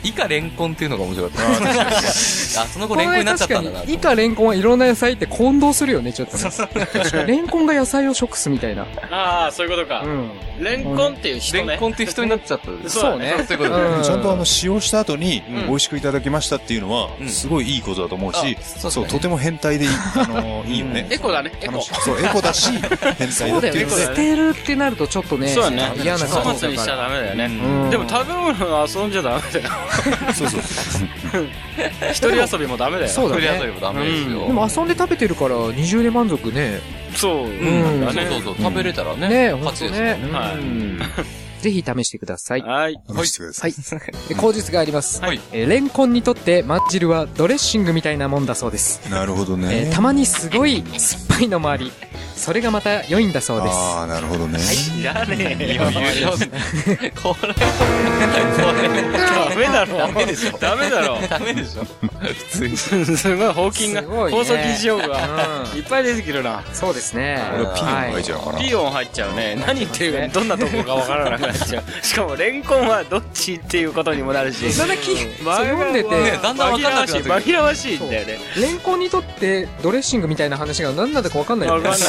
以下レンコンっていうのが面白かった。あ、その後
これ
レンコンになっちゃっ
確か
たんだな。
に、以下レンコンはいろんな野菜って混同するよね、ちょっとね。レンコンが野菜を食すみたいな。
ああ、そういうことか
う。ん。
レンコンっていう人
レ
ね
ン。コンっていう人になっちゃった。
そうだね
そういうことだね
うん
ちゃんとあの使用した後に
ん
美味しくいただきましたっていうのは
うん
すごいいいことだと思うし
あ、そう
そう
だね
とても変態でいいあのいいよね。
エコだね、エコ
楽。しいそうエコだし変態
そう
だ
だ
っ
よ
てい
ね。
う
結
ことで
構だよ
捨てるってなるとちょっとね、
そうだね。
嫌な
粗
感
末
じ
に
だ
し
か
ちゃ
ら。
ダメだよね。
うん
でも食べ物の遊んじゃダメだよ。
そうそう。
一人遊びもダメだよ。
そうだ
取り遊
ね。
びもダメですよ。
でも遊んで食べてるから20で満足ね。
そう。
ん
だ
そうそう
ね。
そう、食べれたらね
ね、ほんと
勝ちで
ね
すね。。
はい
うんぜひ試してください。
はい。
見せてくださ
はい。で口実があります。
はい
えーレンコンにとって、まん汁はドレッシングみたいなもんだそうです。
い。なるほど
えー
ね。
たまにすごい酸っぱ良いのもありそれがまた良いんだそうです
ああなるほどね
知らねえよ。
やいやこれ
ダメだろ。ダメでしょ。ダメだろ。
ダメでしょ
すごい、放金が、
すごいね
放送禁止用語が、
う
いっぱい出てくるな。
そうですね
これピーヨン入っちゃうかな
ピーヨン入っちゃうね。何言ってるか、どんなとこかわからなくなっちゃ う。しかも、レンコンはどっちっていうことにもなるし。
それだけ
漫画は
読んでて
ねだんだんわかんなくなってくる
紛らわしい紛らわしいんだよね。
レンコンにとってドレッシングみたいな話が何なのか分かんないよ
わ
ね
かんない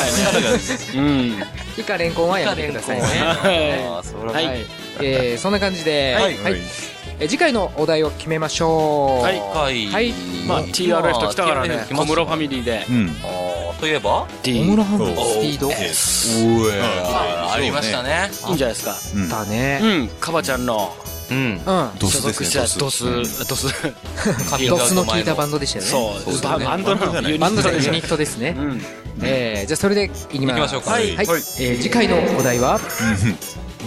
ね。
以下レンコンはやめてくださいね
は
あーそれ
い。は。
は
はいい、えーそんな感じで、
はい
はいえー次回のお題を決めましょう
はい
はい
はい
まあ、TRF と来たからね
TRF、来ま
小
した
室ファミリーで。
うん
あーといえば
小
D
室ハンド
そう
スピード
Yes
あーありましたね
いいんじゃないですか。
うん
だ
う
ね
ん、カバちゃんの
うん
うん
ド
所
スです
属
ね
したドス、
うん
ドス、
カミング
ド
アウ
ス
ト
の
前
聞いたバンドでしたよね
そう、
そうだ
バ
ね
バンド
バンドじゃな
の
い
ユニ
バンド
ット
で
で
ユ
す
ニ
ね。
ットですね、
うん。
えーじゃあそれでいきま
行きますしょうか
はい、
はい
えー次回のお題は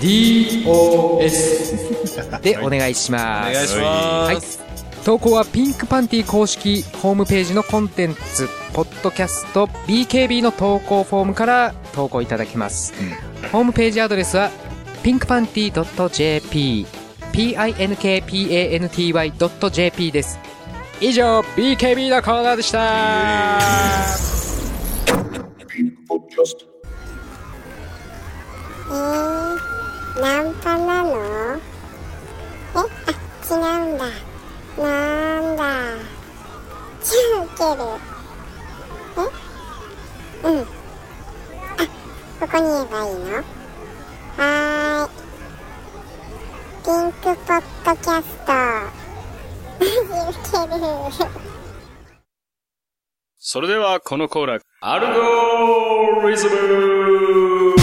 DOS でお願いします
お願いしま
はい
す。、
投稿はピンクパンティ公式ホームページのコンテンツ「ポッドキャスト BKB」の投稿フォームから投稿いただけます、ホームページアドレスはピンクパンティ .jp pinkpanty.jp です以上 BKB のコーナーでした
えー、ナンパなのえ、あ、違うんだ。なんだ。じゃあ受ける。えうん。あ、ここに言えばいいのはーい。ピンクポッドキャスト。 何受ける
それではこのコーナー、アルゴリズム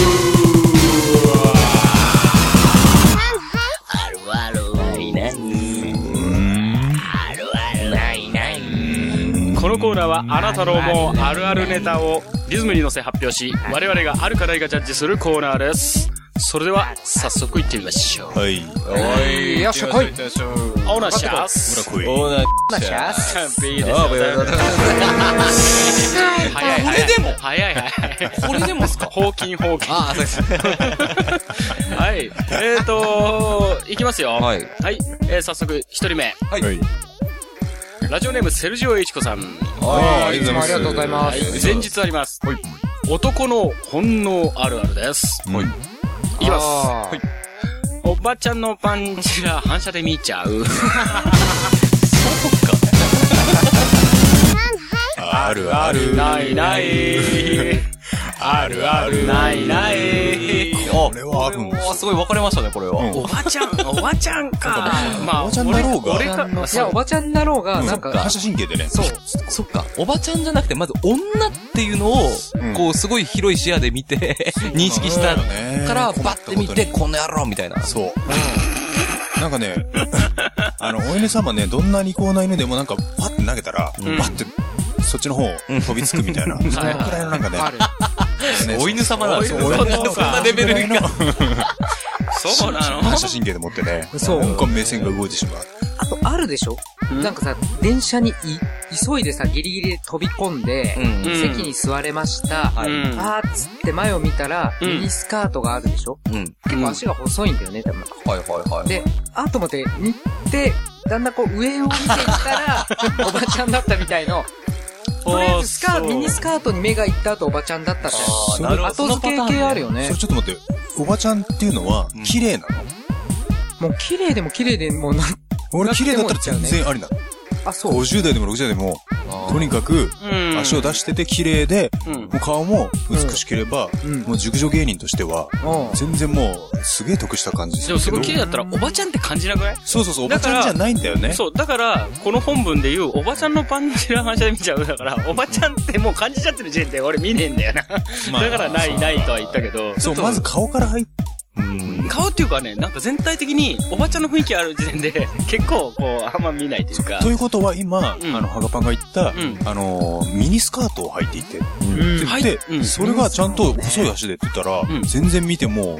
このコーナーはあなたの思うあるあるネタをリズムに乗せ発表し、我々があるかないかジャッジするコーナーです。それでは早速行ってみましょう。
はい
い
よっしゃ来い
行きましょう
オーナーシャース
ほら来い
オーナー
ナシャス
いいです
あーやだ
早い早い。でも早い早い。これでもすか放金放金。
あーそうです
はい。えーと、いきますよ。
はい
はい。えー早速、一人目。
はい
ラジオネーム、セルジオ・エイチコさん。
あーあり
い
が
つ
とう
もあ
ご
りがとうご
ざ
ざ
い
い
ま
ま
は
す
い。前日あります。男の本能あるあるです。
はい
いきます。
あー
おばちゃんのパンチが反射で見ちゃう。
あるある
ないない。
あるある
ないない。
これはあるん
ね
です
あーすごい分かれましたねこれは
おばちゃん、おばちゃんか。まあ、おば
ちゃんだろうが
俺か。
いやおばちゃんだろうがなんか
反射神経でね
そう
そっか、おばちゃんじゃなくて、まず女っていうのを、
ん
こう、すごい広い視野で見て、認識したから、バッて見て、この野郎みたいな。
そう。なんかね、 あの、お犬様ね、どんな利口な犬でもなんか、パッて投げたら、
ん
パッて、そっちの方、飛びつくみたいな。そのくらいのなんかね、
ある
ね
お犬様なんですよ。
お犬様
そんなレベルが。
そうなの
反射神経でもってね、
そう
なんか目線が動いてしまう。
あとあるでしょなんかさ、電車にい急いでさ、ギリギリで飛び込んで、
うん
席に座れました。
いうん
あーっつって前を見たら、
うん
ミニスカートがあるでしょ
うん。
結構足が細いんだよね、多分。
はいはいはい。
で、あーと思って、見て、だんだんこう上を見ていったら、おばちゃんだったみたいの。とりあえずスカート、ミニスカートに目が行った後おばちゃんだったって。
あーなるほど
後付け系あるよね
それ。ちょっと待って、おばちゃんっていうのは、綺麗なの
もう綺麗でも綺麗でもな、
俺綺麗だったら全然ありなの。
あ、そう。
50代でも60代でも、とにかく、
うん
足を出してて綺麗で、
うん
もう顔も美しければ、
うん
もう熟女芸人としては、
うん
全然もう、すげえ得した感じす
で
る
もす
けど
ごい綺麗だったら、おばちゃんって感じなくない
そうそうそう、おば
だ
ち
から
ゃんじゃないんだよね。
そう、だから、この本文で言う、おばちゃんのパンチラ反射で見ちゃう。だから、おばちゃんってもう感じちゃってる時点で俺見ねえんだよな。
まあ
だから、ないないとは言ったけど。
そう、まず顔から入っ
顔っていうかね、なんか全体的に、おばちゃんの雰囲気ある時点で、 結構、こう、あんま見ないというか
と。いうことは今、
うん
あの、ハガパンが言った、
ん
あのー、ミニスカートを履いていて、
うん
で、
はいうん
それがちゃんと細い足でって言ったら、
ん
全然見ても、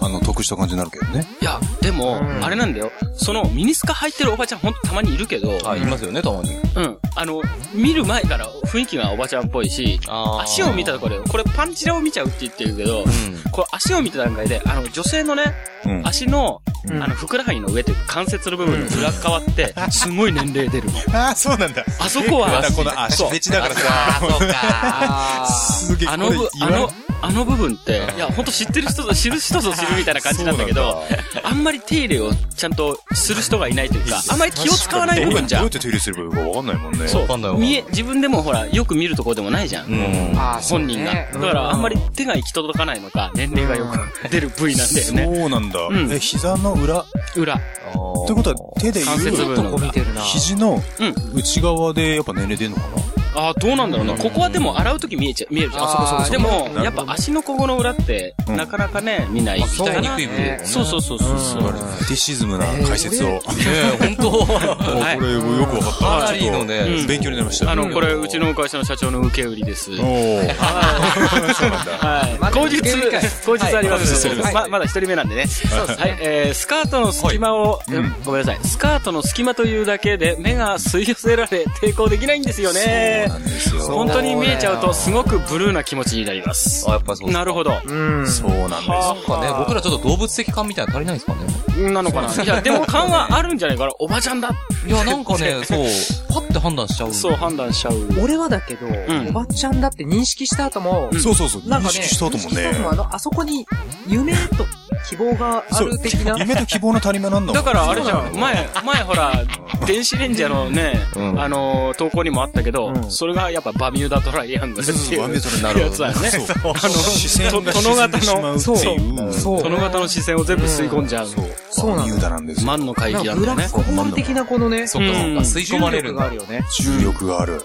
あの、得した感じになるけどね。
いや、でも、あれなんだよ。その、ミニスカ履いてるおばちゃん、ほんとたまにいるけど、
あ、いますよね、たまに。
うん。あの、見る前から雰囲気がおばちゃんっぽいし、
あー
足を見たところで、これパンチラを見ちゃうって言ってるけど、
う
これ足を見た段階で、あの、女性のね、
うん
足の、
うん
あの、ふくらはぎの上というか関節の部分の裏側って、すごい年齢出るの。
ああ、そうなんだ。
あそこは
また、この足フェチだから
あ、
さ、
そうか。
すげえ、
あ
こ
の
れ
ぶ、
言
あ
われ
の、あの部分って、いや、ほんと知ってる人ぞ知る人ぞ知るみたいな感じなんだけど、あんまり手入れをちゃんとする人がいないというか、あんまり気を使わない部分じゃ
どうんやっ。て手入れすればいいかわかんないもんね。
そ
わかんないわ
う。
かんない
見え、自分でもほら、よく見るとこでもないじゃん。
うん。
ああ、そう
本
ね
人が。だからあんまり手が行き届かないのか、年齢がよく出る部位なんだよね。
そうなんだ。
ん
え、膝の裏。
裏。
ということは、手で
関
言
節
う、
部
とこ見てるな。
肘の
うん
内側でやっぱ年齢出んのかな
ああ、どうなんだろうな。ここはでも洗うとき見えちゃ、見えるじゃん。
あそうかそうか
で
そ
も、
うか
やっぱ足のここの裏って、
うん
なかなかね、見ない。
鍛えにくい部分だよね。
そうそうそうそうそう。
ディシズムな解説を。
ねえ、本
はい
これよくわかった。
かなりのね
ちょっ
うん
と勉強になりました。
あの、これ、
うん
うちの会社の社長の受け売りです。
お
は
ー
い。
まだ
後日
受け売りかい、
後日あります
はい
ので。ま、まだ一人目なんでね。はい。えースカートの隙間を、うんごめんなさい。スカートの隙間というだけで目が吸い寄せられ抵抗できないんですよね。本当に見えちゃうとすごくブルーな気持ちになります
あ、。やっぱそう。
なるほど。
うん。
そうなんですよ。
なんかね、僕らちょっと動物的感みたいなの足りないんですかね。
なのかないや、でも感はあるんじゃないかな。おばちゃんだ。
い や、なんかね、そう、パッて判断しちゃう。
そう判断しちゃう。
俺はだけど、
ん
おばちゃんだって認識した後も、
そうそうそう。
なん
認
かね、
識したともね
認識。した後あの、あそこに夢と希望があ
そう
る的な。
夢と希望の足り目なんだもん。
だからあれじゃ、
そうん
前、前ほら、電子レンジャーのね、
うん
あのー、投稿にもあったけど、
うん
それがやっぱバミューダトライアングルっ
そ
て
うそ
い
うバミューダトライアン
う
グル
やつだよね。
そう
あの、
視線が
と
沈ん
殿方
でしまう
の、
って
そ
そうう
いう。
そう
殿方の視線を全部吸い込んじゃう。
そうな
ミ
ん
ュ
だ。
ーダなんですよ。
万の海
なん
域な
かブ
んだ
ラ
よね
ッ。クホール的なこのね、
そっかそっか、
うん
吸い込まれる
重力があ
んだ
る。よね。
重力がある。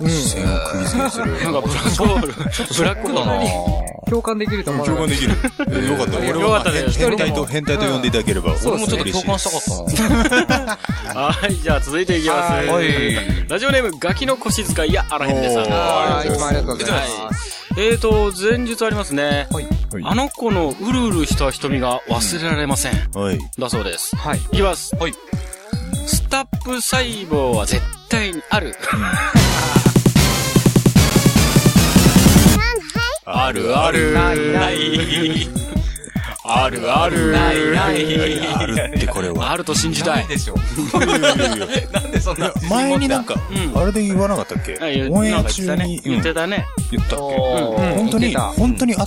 うん。
視線を釘付けにする。
なんかブラックホール。ブラックホ
だな
ール。
共感できると思う。
共感できる。えよかった。
よかったです
変態と、変態と呼んでいただければ。
俺もちょっと
嬉
共
しいで
感
す
したかっ
はい、じゃあ続いていきます。
たな。はい。
ラジオネーム、ガキの腰使いや、あらへんでさん。
おー
は
あーいつもありがとうございます。
いえーと、前述ありますね。
はい
あの子のうるうるした瞳が忘れられません。
はい。
だそうです。
はい。
いきます。
はい。
スタップ細胞は絶対にある。
あ
るある。
ないない
あるある。
ないない
あるってこれは。
あると信じたい。
でしょ。
なんでそ んな。前になんか
う、ん
あれで言わなかったっけ
あ言う
応
な
援
んか言って
中
た
に
ね。言って
うん
たね。
言ったっ
お
け
ー
うん
本当
言って
に、
た
本当にあっ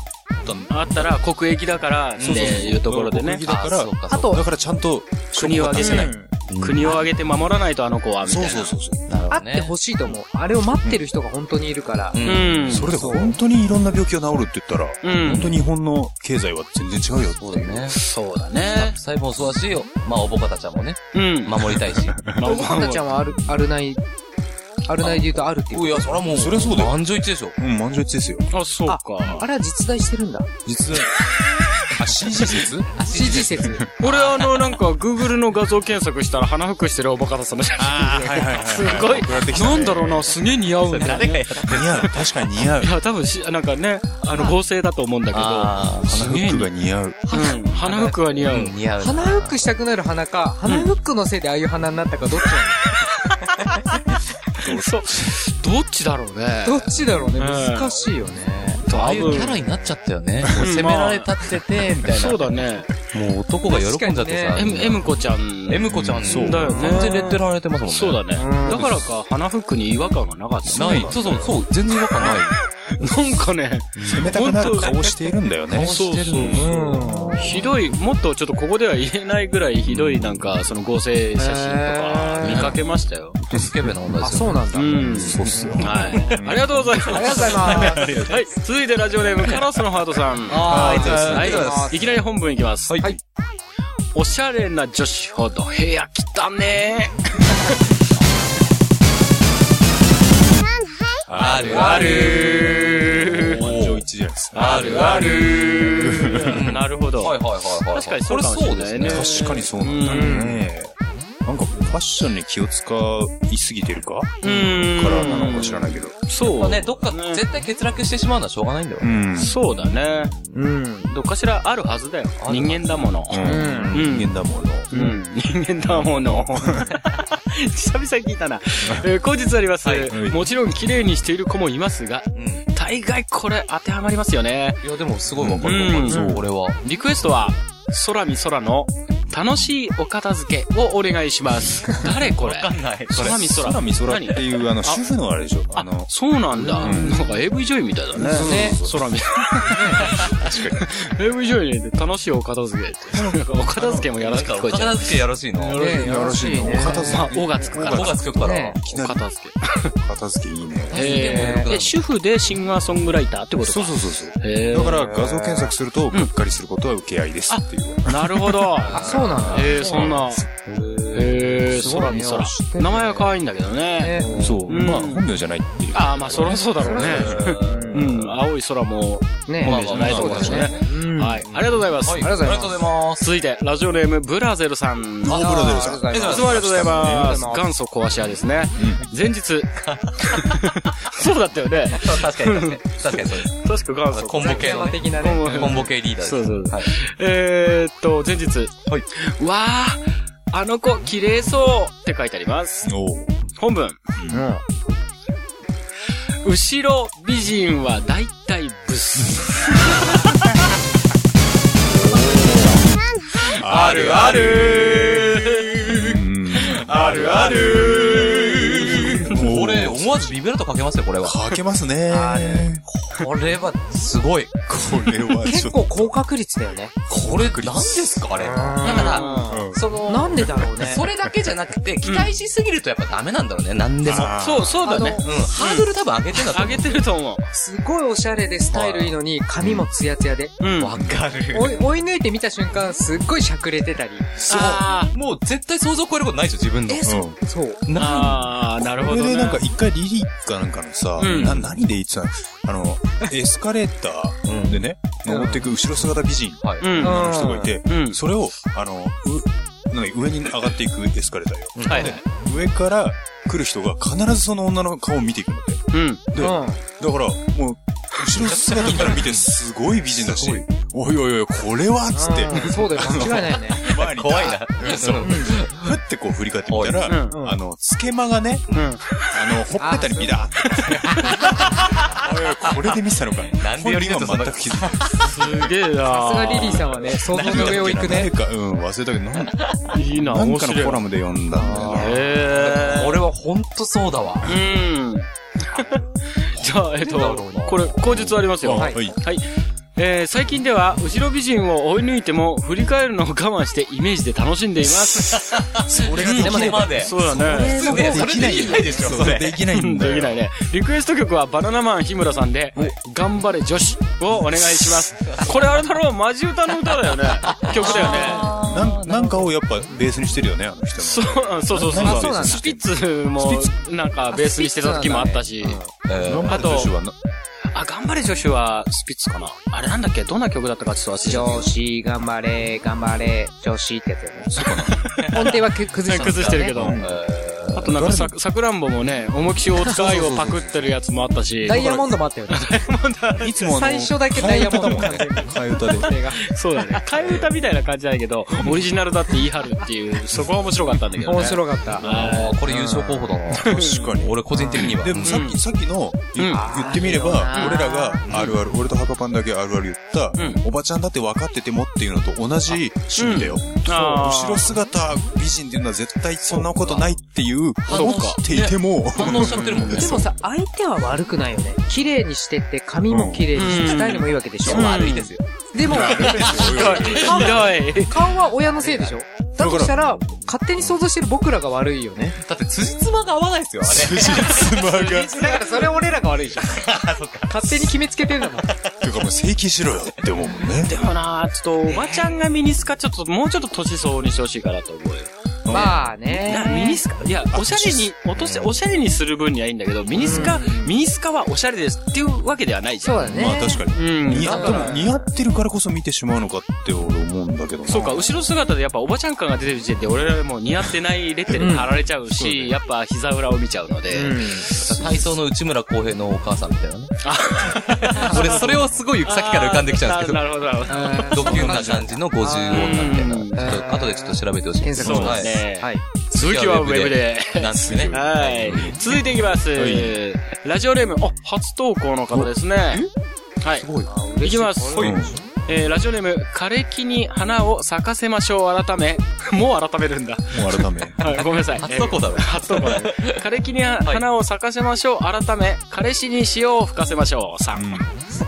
あったら国益だからっていうところでね
国。益だから
あそうか
あと
だからちゃんと、
国を挙げてね。
うん
国を挙げて守らないとあの子は、みたい
そう
な。
そうそうそう。
なる
あってほしいと思う。あれを待ってる人が本当にいるから。
う。
うんん。
それで本当にいろんな病気が治るって言ったら、
うん
本当に日本の経済は全然違うよっていう。
そうだね。
そうだね。
細胞もそうだし、まあ、おぼかたちゃんもね、
うん。
守 りたいし。
まあ
僕たちゃんはある、あるない、あるないで言うとあるっていう。
いや、そらもう、
そりゃそうだよ
満場一致でしょ。
うん、満場一致ですよ。
あ、そう
あ
か。、
あれは実在してるんだ。
実 は、あ、CG 説
支持説。
俺あの、なんか、Google の画像検索したら鼻服してるおバカさんの写
ああ、はいはいはい。
真。すごい。なんだろう
な。
な、すげえ似合うんだよね。
似合う。確かに似合う
い。や、多分し、なんかね、あの、合成だと思うんだけど。
あ
花フックが似合う。
うん。鼻服は似合
あ、
う。
似合う。
鼻フックしたくなる鼻か、鼻フックのせいでああいう鼻になったか、どっちな
そう。どっちだろうね。
のどっちだろうね。
うん
難しいよね。
多分
ああいうキャラになっちゃったよね。こう
うん
攻められたってて、みたいな。
そうだね。
もう男が喜んじゃってさ。
M、M 子ちゃん。
M 子ちゃん、
そうだよね
完全レッテル貼られてますもんね。
そうだね。
うん
だからか、鼻服に違和感がなかった。
ない。そうそう、そう、全然違和感ない。
なんかね、
攻めたくなる顔しているんだよね。
そうそう
してる
うん。
ひどい、もっとちょっとここでは言えないぐらいひどいなんか、その合成写真とか見かけましたよ。
スケベな女で
あ、
すよ。
そうなんだ。
うん。
うっすよ。
はい。ありがとうございます。
ありがとうございます。
はい。続いてラジオネーム、カラスのハートさん。
あーありがとうございます
は
ありがとうございま
い。いきなり本文いきます。
はい
はい。
おしゃれな女子ほど部屋汚ね
あるある。
る
満場一致じゃないですか。
あるあるなるほど。
はいはいはいはい。
確かにそ
こ
う
れ
かもしれ
そうで
な
す
いね。。
ね
確かにそうなんだよね。なんかファッションに気を使いすぎてるか
うーん
からなのか知らないけど。
そう
ね、どっか絶対欠落してしまうのはしょうがないんだよ。
うん。
そうだね。
うん。
どっかしらあるはずだよ。人間だもの。
うん。
うん
人間だもの。
うん、人間だもの。久々聞いたな。えー後日あります、
い
もちろん綺麗にしている子もいますが、
うん。
大概これ当てはまりますよね。
いや、でもすごいわかるわか
う
る。
ん
そう、俺は。
リクエストは、空見空の楽しいお片付けをお願いします。誰これ
ない
空見空。
空見空って
何
いう、あの、主婦のあれでしょあ
あ
の、、
そうなんだ。
ん
なんか AV 女優みたいだね。ね。空見。 確かに。AV 女優で楽しいお片付けって。なんかお片付けもやらしく聞こえちゃう。
片付けやらしいの。
ねえ、よろしいね。
片付
まあ、おがつくから。
5月くから。
ね
け、
お片付け。
片付けいいね。
へーえ、主婦でシンガーソングライターってこと
そう
か。
そうそうそう。
へ
だ
ー
から画像検索すると、がっかりすることは受け合いですっていう。
なるほど。
そうなんだ。
えー、そんな。えー、空に
すご
空
いね知って。る
名前は可愛いんだけどね。
ね
そう。
うん
まあ、本名じゃないっていう。
ああ、まあ、そりゃそうだろうね。うん、青い空も、
ね
本名じゃないってことだしね。はい、ありがとうございます。
ありがとうございます。
続いて、ラジオネーム、ブラゼルさん。
ブラゼルさん。
ありが
いつ
とう
も
ご
ありが
ざい
とうございます。元祖壊し屋ですね。前 日。そうだったよね。
ます。確かに確かに。確かにそうです。
確か元祖。
コンボ系のね。
的なね。
コンボ系リーダーです。
そうそうそう
はい。
えーっと、前日。わあ、あの子、綺麗そうって書いてあります。
おう
本文。
うん。
後ろ美人は大体ブス。
あるある
うん。
あるある
おー
これ、思わずビブラートかけますよ、これは。
かけますね。あれ。
これは、すごい。
これはち
結
ょっと。
構高確率だよね。
これ、何ですか、あれ。だから、その、
なんでだろうね。
それだけじゃなくて、期待しすぎるとやっぱダメなんだろうね、何でも。うん
あー
そう、そうだね。
ハードル多分上げてんだと
上
思
げてると思う。
すごいおしゃれでスタイルいいのに、髪もツヤツヤで。
うん。
う。わかる。
追い追い抜いて見た瞬間、すっごいしゃくれてたり。
そう
あ。
もう絶対想像を超えることないでしょ、自分の。
うん。
そう。
な
あー、なる
こ
ほ
れ
ど
で
ね。
なんか一回リリーかなんかのさ、
うん
な何で言ってたのあ の、エスカレーターでね、
うん
登っていく後ろ姿美人
はい。
うん。
うん
の人がいて、
うん。
それを、あの、う、なんだっけ上に上がっていくエスカレーターよ。
はいはい。
上から来る人が必ずその女の顔を見ていくので。
うん。
で、だから、もう、後ろ姿見たら見て、すごい美人だし、おいおいおい、これはっつって、
うんそうだよ、間違いないね。
前に、
怖いな。 そう。
ふってこう振り返ってみた
う
ら、
ん。
あの、つけ間がね、
うん。
あの、ほっぺたにビダーって。おいおいこれで見せたのか。
なんでよりだとそ
本人
んな
は全く気づいてない。
すげえな
さすがリリーさんはね、想像の上を行くね
誰。か、うん、忘れたけど、なん
いいな、
なん
面
か
白
の
い
コ。ラムで読んだんだよね。
へー。
俺はほんとそうだわ。
うん。じゃあ、えっと、これ、口述ありますよ。
あ
は
はいい。
はい。えー最近では、後ろ美人を追い抜いても、振り返るのを我慢してイメージで楽しんでいます。
それがで
で
きな
もね、
い。
まで。
そうだね。
それできないでしょ、それ。
できない
うんん
だ
で
よ。
きないね。リクエスト曲はバナナマン日村さんで、頑張れ女子をお願いします。これあれだろう、マジ歌の歌だよ ね。曲だよね。
なんなんかをやっぱベースにしてるよね、あの人
そう、うんそうそう
あ
そ
そう
う。
なんだ
スピッツも、なんかベースにしてた時もあったし。
うん
の。
あと
女子はな
あ、頑張れ女子はスピッツかな。あれなんだっけどんな曲だったかちょっと忘れちゃった。
女子頑張れ、頑張れ、女子ってやつよね。音程はく崩して
崩してるけど。
え
あとなんかさ、さくらんぼもね、思いっきし大塚愛をパクってるやつもあったし。
ダイヤモンドもあったよね。
いつもあの
最初だけダイヤモンドもね。
替え歌で。
そうだね。替え歌みたいな感じだけど、オリジナルだって言い張るっていう、そこは面白かったんだけどね。
面白かった。
あーこれ優勝候補だな。
確かに。
俺個人的には。
でもさっき、さっきの、言言ってみれば、俺らがあるある、俺とハカパンだけあるある言った、おばちゃんだって分かっててもっていうのと同じ趣味だよ。
あー
後ろ姿美人っていうのは絶対そんなことないっていう、思っていても、
反応しちゃってるもんね。
でもさ、相手は悪くないよね。綺麗にしてって、髪も綺麗にして、スタイルもいいわけでしょ。
うん
悪いですよ。でも、顔は、
ひどい。
顔は親のせいでしょ。だとしたら、勝手に想像してる僕らが悪いよね。
だって辻褄が合わないですよ、あ れ。
だからそれ俺らが悪い じゃん。勝手に決めつけてんだもん。
ていうかもう整形しろよって思うもんね。
でもなちょっと、おばちゃんがミニスカ、ちょっと、もうちょっと年相応にしてほしいかなと思うよ。
まあ
なミニ
ね。
スカ、いや、おしゃれに、落とせ、おしゃれにする分にはいいんだけど、ミニスカ、ミニスカはおしゃれですっていうわけではないじゃ
そ
ん。
うだね。
まあ確かに。
うん。
似合でも似合ってるからこそ見てしまうのかって俺思うんだけどな
そうか、後ろ姿でやっぱおばちゃん感が出てる時点で俺らもう似合ってないレッテル貼られちゃうし、やっぱ膝裏を見ちゃうので。
体操の内村航平のお母さんみたいな ね。俺、それをすごいさっきから浮かんできちゃうんですけど
あー。なるほど、なるほど。
ドキュな感じの50女みたいな。ちょっと後でちょっと調べてほしい。
検索
そう
しま。
ですすね。
はい。
続きはウェブで。
なんですね。
はい。続いていきます。ラジオネーム、あ、初投稿の方ですね。はい。いきます。えーラジオネーム、枯れ木に花を咲かせましょう、改め。 もう改めるんだ。
もう改め。
はい、ごめんなさい。
初投稿だろ
えー初投稿だろ。枯れ木に花を咲かせましょう、改め。彼氏に塩を吹かせましょう、さん。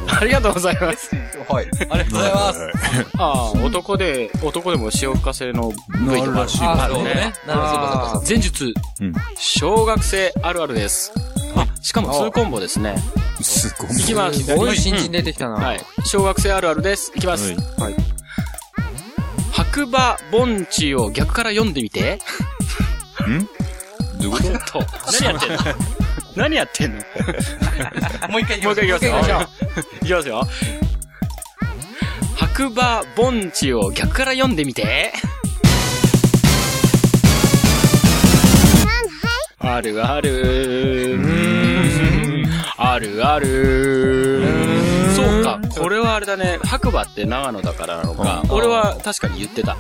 ありがとうございます。
はい。ありがとうございます。
ああ、男で、男でも塩吹かせの部位とかあるし。
なるほどね。なるほど、そうかそうかそうか。
前述、
うん
小学生あるあるです。あ、しかも2コンボですね。
すごい。
いきます。
すごい新人出てきたな。
はい。小学生あるあるです。いきます。
はい。
白馬盆地を逆から読んでみて。
どういうこと
ちょっと、何やってんの何やってんの も
もう一回
う一回いきますよ。いきますよ。白馬盆地を逆から読んでみて。あるある。あるある。そうか、これはあれだね。白馬って長野だからなのか。俺は確かに言ってた。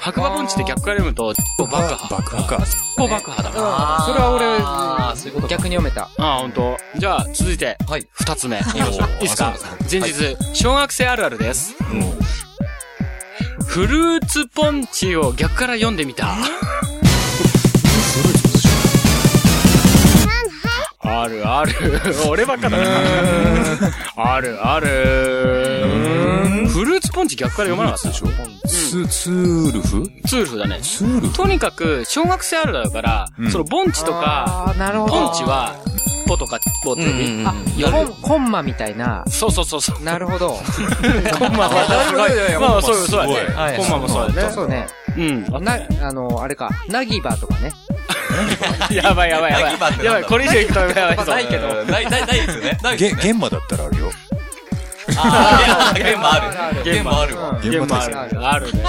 白馬盆地って逆から読むと、爆破。爆破か。爆破だな。
あー
それは俺、
あーそういうことか逆に読めた。
ああ、本当。じゃあ、続いて、
はい。
二つ目。いいですか前日、小学生あるあるです。フルーツポンチを逆から読んでみた。あるある。 俺ばっかだな。あるある。フルーツポンチ逆から読まなかったでしょ
ツ、ツールフ
ツールフだね。
ツールフ
とにかく、小学生あるあるだから、その、ボンチとか、
あー、なる
ポン
ほど。
チは、ポとか、ポって、
うんうんうん
あ、や
コ
る
ン、。コンマみたいな。
そうそうそう そう。
なるほど。
コンマはすごい。まあ、そうよ、そうやね。
はい
コンマもそう やね。
そうね。
うん。
な、あの、あれか、なぎばとかね。
やばいやばいや
ナギバ
ば
っ
い。
てなんだ
やばい、これ以上行くとやばい。
ないけど。ない、ない、ないですよね。ない
げ、
ですよ
現
ね。
場だったらあるよ。
あー、現場ある。現場あるわ。
ゲームある。あ るね。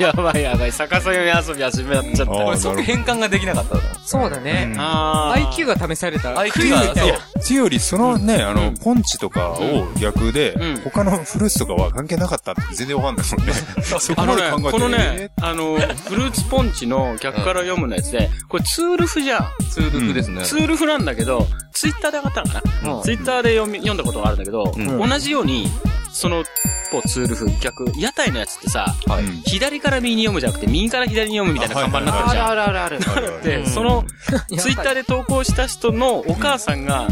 やばいやばい。逆さ読み遊び始めちゃった。
これ即変換ができなかったな。
そうだね。
あ
IQ が試された。
IQ が、そう。
つより、そのね、あの、ポンチとかを逆で
ん、
他のフルーツとかは関係なかったって全然わかんないもんね。そこ
あ
ま
の
で
ね
考えて、る
このね、あの、フルーツポンチの逆から読むのやつで、これツールフじゃん。
ツールフですね。
ツールフなんだけど、ツイッターで上がったのかな、
うん
ツイッターで読み読んだことがあるんだけど、
ん
同じように、その、こうツールフ、逆、屋台のやつってさ、
はい
左から右に読むじゃなくて、右から左に読むみたいな看板になってる
あ
じ
る
ゃん。
あるある ある。
で、
うん
その、
うん
ツイッターで投稿した人のお母さんが、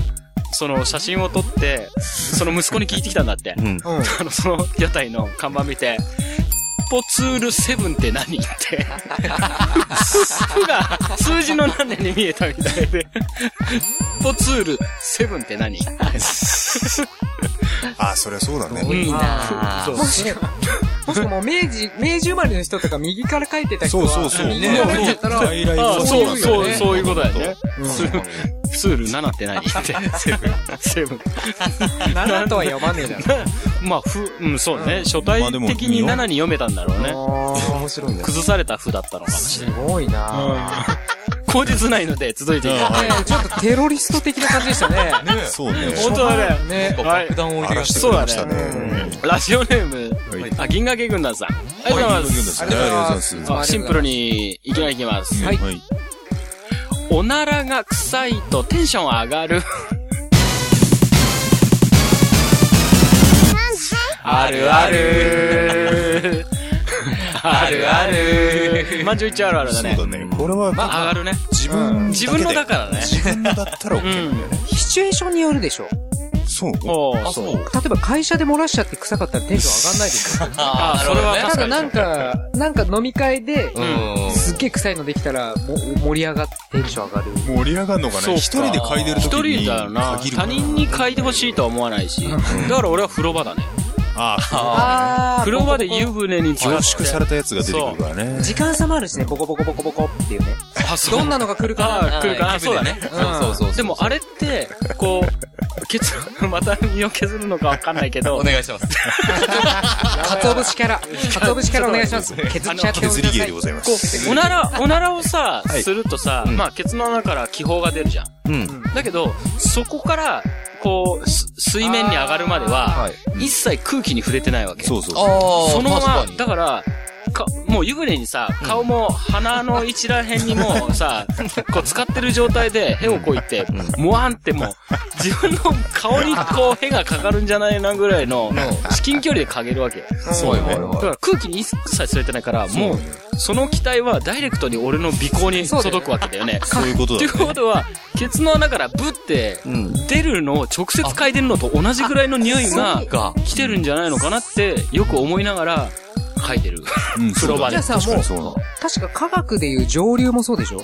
その写真を撮って、その息子に聞いてきたんだって。
ん
うん。
あの、その屋台の看板見て、ポツールセブンって何って。 服が数字の何年に見えたみたいで。ポツールセブンって何
あ、そりゃそうだね。
いい
な
そう。
もしかも、もしかも明治、明治生まれの人とか右から書いてた人
そ
は、
うそうそう。
右から書いてたら、
外来
ああ、
そう
そう、
いうよ
そう、
ね
そういうことだよね。ツールツール7って何って。セブン。セブン。
7とは読まねえだろ。
まあ、ふ、うん、そうね。初体
まあでも
的に7に読めたんだろう ね。
あー面白いね。
崩された負だったのかもしれ
すごいな
ない。口実ないので、続いていきます。
ねえちょっとテロリスト的な感じでしたね。
そうね。
本当だね。
ね。
はい
爆弾を置いて
荒
ま
らし
してた。
くれましたね。
ラジオネーム、
はい
あ、銀河系軍団さん。ありがとうございます。
ありがとうございます。
あシンプルに、いきなりいきます。
はい
はい。
おならが臭いとテンション上がる。あるある。 あるある。まんじゅう一あるあるだね
そ。うだね。これは、
まあ、上がるね。
自分
自分のだからね。
自分のだったら OK なんだよね。
シチュエーションによるでしょ。
そう。
おーそう。
例えば会社で漏らしちゃって臭かったらテンション上がんないですよ。
あ、そ れは
た
確か
だ
に。
なんか、なんか飲み会で、
うん。
すっげえ臭いのできたら、も盛り上がってテンション上がる。
盛り上がるのか
そ
ね。
うか
一人で嗅いでる時
一
に。
人だよな。
限る
他人に書いてほしいとは思わないし。だから俺は風呂場だね。
あ
あー
風呂場で湯船に
凝
つか
縮
って
されたやつが出てくるからね。
時間差もあるしね、ボコボコボコボコっていうね。
あそう
どんなのが来るかな
あー来るかなそうだね。
そうそうそう。
でもあれって、こう、結論、また身を削るのかわかんないけど、
お願いします。
鰹 節キャラ。鰹節キャラお願いします。削っちゃってお
削
り
り
な
芸で
さい
ご。ざいます。
こう、おなら、おならをさ、
はい
するとさ、
ん
まあ、ケツの穴から気泡が出るじゃん。
うん。
だけど、そこから、こう、す水面に上がるまでは、
はい。
一切空気に触れてないわけ。
そうそう
あ
そう。
あ、
そのまま
確、か
だから、か、もう湯船にさ、顔も鼻の一ら辺にもうさ、こう使ってる状態で、へをこいて、もわんってもう、自分の顔にこう、へがかかるんじゃないなぐらいの、至近距離でかげるわけ。
に。そうよね。
だから空気に一切触れてないから、もう、その気体はダイレクトに俺の鼻孔に届くわけだよね。
そういうこと
っていう
だ。
ことは、ケツの穴からブって
ん、
出るのを直接嗅いでるのと同じぐらいの匂いが
か、
来てるんじゃないのかなって、よく思いながら、嗅いでる。
うん
風呂場で
じゃあ。さ、も う、
そうなの。
確か科学でいう上流もそうでしょ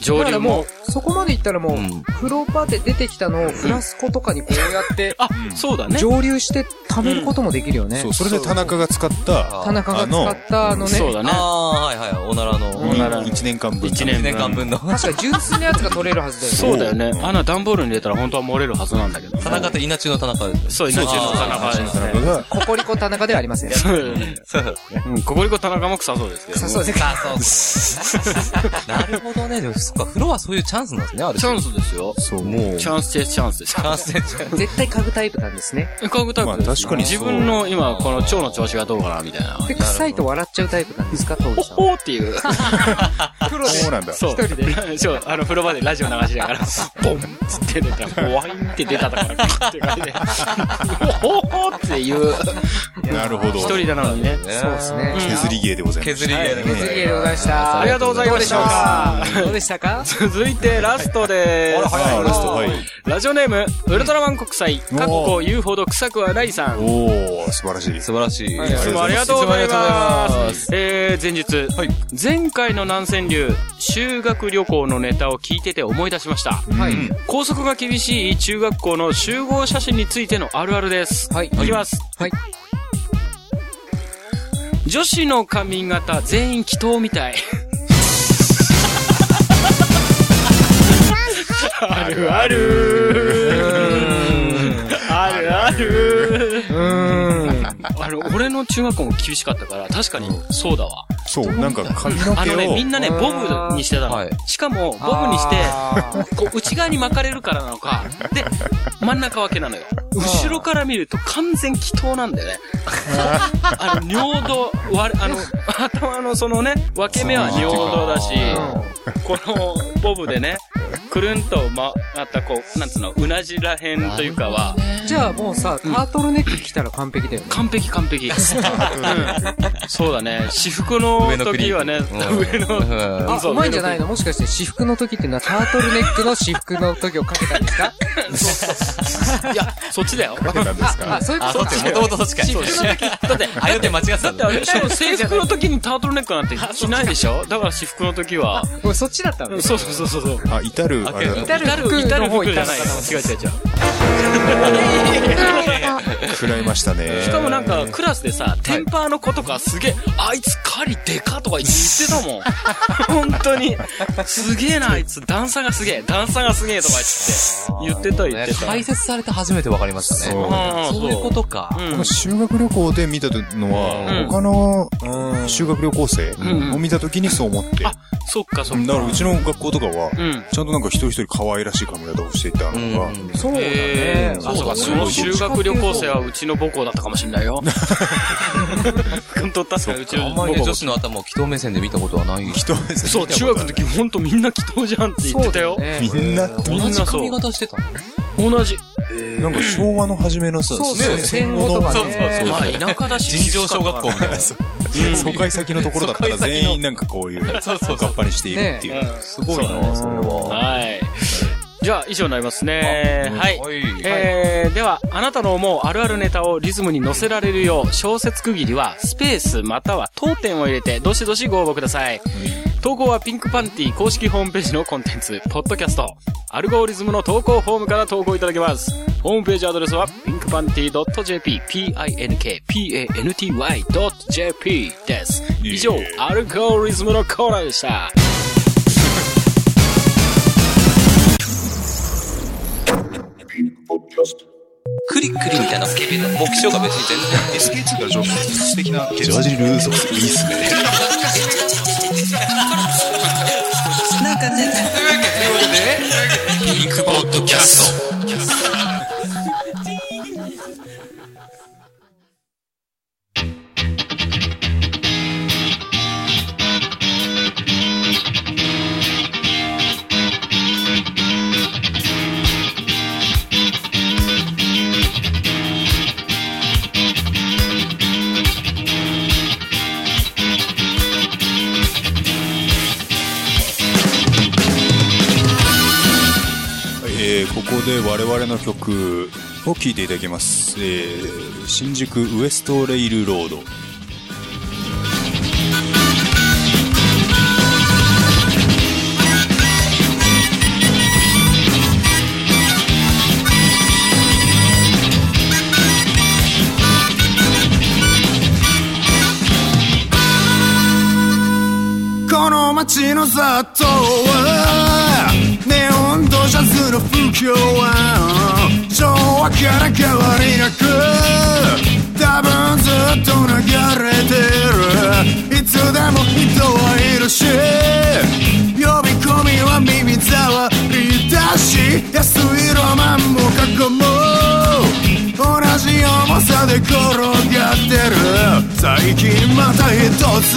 上
だか
流
らも
も。
う、そこまでいったらもう、
うん
風呂場で出てきたのをフラスコとかにこうやって、
あ、そうだね。
蒸留して貯めることもできるよね。
そう、それで田中が使った、
田中が使ったあのね、
そうだね。
ああー、はいはい。おならの。
おなら
1年間分。
一
1
年
年間分の。
確か純粋なやつが取れるはずだよね。
そうだよね。穴段ボールに入れたら本当は漏れるはずなんだけど。
田中って稲中の田中です。
そう、命の田中です
田
ね。
中が、
ココリコ田中ではありません。さ
そうだよね
そうですね。
うん、ココリコ田中も臭そうですけど。
そうですか。
なるほどね。でも、そっか、風呂はそういうチャンスなんですね、ある
チャン
ス。
スですよ。
そう、もう、
チャンスです、チャンスです。
チャンスでチャンス。
絶対家具タイプなんですね。
嗅ぐタイプです
まあ確かにそう
自分の今、この腸の調子がどうかな、みたいな。
で、臭いと笑っちゃうタイプなんですか、当時さんは。
ほーっていう。
黒で。
そうなんだ。
そう。
一人
で。 そう、あの、風呂場でラジオ流しながら、ボンっつって出た。ワインって出ただから、グッて感じ で。ほほほっていう、
なるほど。
一人なのにね。
そうですね。
削り芸でございます。
削り芸でございます
削り芸でございました。
ありがとうございました。
どうでしたか
続いて、ラストで
あら、
す。
早い、ラスト、はい。
ラジオネーム、ウルトラマン国際、かっこ言うほど臭くはないさん。
おー、素晴らしい。
素晴らしい。
いつもありがとうございます。えー、前日、
はい
前回の南川流、修学旅行のネタを聞いてて思い出しました。
はい。
校則が厳しい中学校の集合写真についてのあるあるです。
はい
いきます。
はい。
女子の髪型全員祈祷みたい。あるあるあるあるあの、俺の中学校も厳しかったから、確かにそうだわ。
そう、なんか髪の
あ
毛
のね、みん
を、
なね、ボブにしてた
は
の
い。
しかも、ボブにして、
あ
こう内側に巻かれるからなのか、で、真ん中分けなのよ。後ろから見ると完全祈祷なんだよね。あの、尿道、割れあの、頭のそのね、分け目は尿道だし、このボブでね、くるんとま、あったこう、なんつうの、うなじらへんというかは、
ーじゃあもうさ、タートルネック着たら完璧だよね。
完璧完 璧。うんそうだね。私服の
上のクリ
時
ー
は
ム
ね、
うん
上の、
うん
あ、うまいんじゃないのもしかして、私服の時っていうのはタートルネックの私服の時をかけたんですか
いや、そっちだよ。
なんです
あ、
か
そういうこ
あ、
と
そうですね。もともと確かに。
だって、
あえて間違ってたん
だ
だ
っ。て、あれ制服の時にタートルネックなんて着ないでしょだから私服の時は。
俺そっちだったのね
そうそうそうそう。
あ、至る、あれだ
至
至
る服
る、至る
の方
服
行
じ
った
ゃ
の
ない
か
よ。違う違う違う。
食らいましたね。
しかもなんか、クラスでさ、テンパーの子とかすげえ、あいつ狩りでかとか言ってたもん。 本当に。すげえな、あいつ。段差がすげえ。段差がすげえとか言って。言ってた言ってた。
解説されて初めて分かりましたね。
うん
そういうことか。
うん
この修学旅行で見たのは、
うん
他の修学旅行生
ん
を見たときにそう思って。
あ、そっかそっ
だか
か。
らうちの学校とかは、
ん
ちゃんとなんか一人一人可愛らしい髪型をしていたのが、
うん
そうだ
え
ね
え。ー、
そ
あ、
う
そう
だ
か、
ね
その修学旅行生はうちの母校だったかもしれない よ。本当確かにうち
あ
の
んまりね、
母校
女子の頭を祈祷目線で見たことはない。
人目線
そう、中学の時ほんとみんな祈祷じゃんって言ってたよ。
ね
みんな、
みん
同
な
じ
そう
髪。型してたの
同じ。
なんか昭和の初めのさ、
そうそう、戦後と
の
か
そうそう
ね。
そう
まあ田舎だ し。
尋常小学校みたいな。
疎開先のところだったら全員なんかこういう、
そうそう
カッパにしているっていう。
すごいな、それは。
はい。じゃあ、以上になりますね。はい。
はい。
えー、では、あなたの思うあるあるネタをリズムに乗せられるよう、小説区切りは、スペースまたは当点を入れて、どしどしご応募ください。投稿はピンクパンティ公式ホームページのコンテンツ、ポッドキャスト、アルゴリズムの投稿フォームから投稿いただけます。ホームページアドレスは、pinkpanty.jp、p-i-n-k-p-a-n-t-y.jp です。以上、アルゴリズムのコーナーでした。
クリックリみたいな目標が別に全然
SK2 から上質的な
ジャージルーソス、いいっすね。
ピンクポッドキャスト。
えーここで我々の曲を聴いていただきます、えー新宿ウエストレイルロード
この街の雑踏はネオンとジャズの風景は昭和から変わりなく多分ずっと流れてるいつでも人はいるし呼び込みは耳障りだし安いロマンも過去も同じ重さで転がってる最近また一つ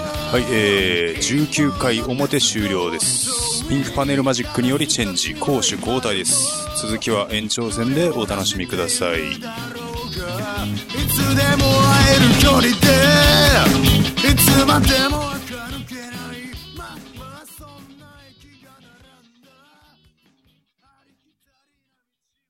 はい、えー、19回表終了ですピンクパネルマジックによりチェンジ攻守交代です続きは延長戦でお楽しみください
いつでも会える距離でいつまでも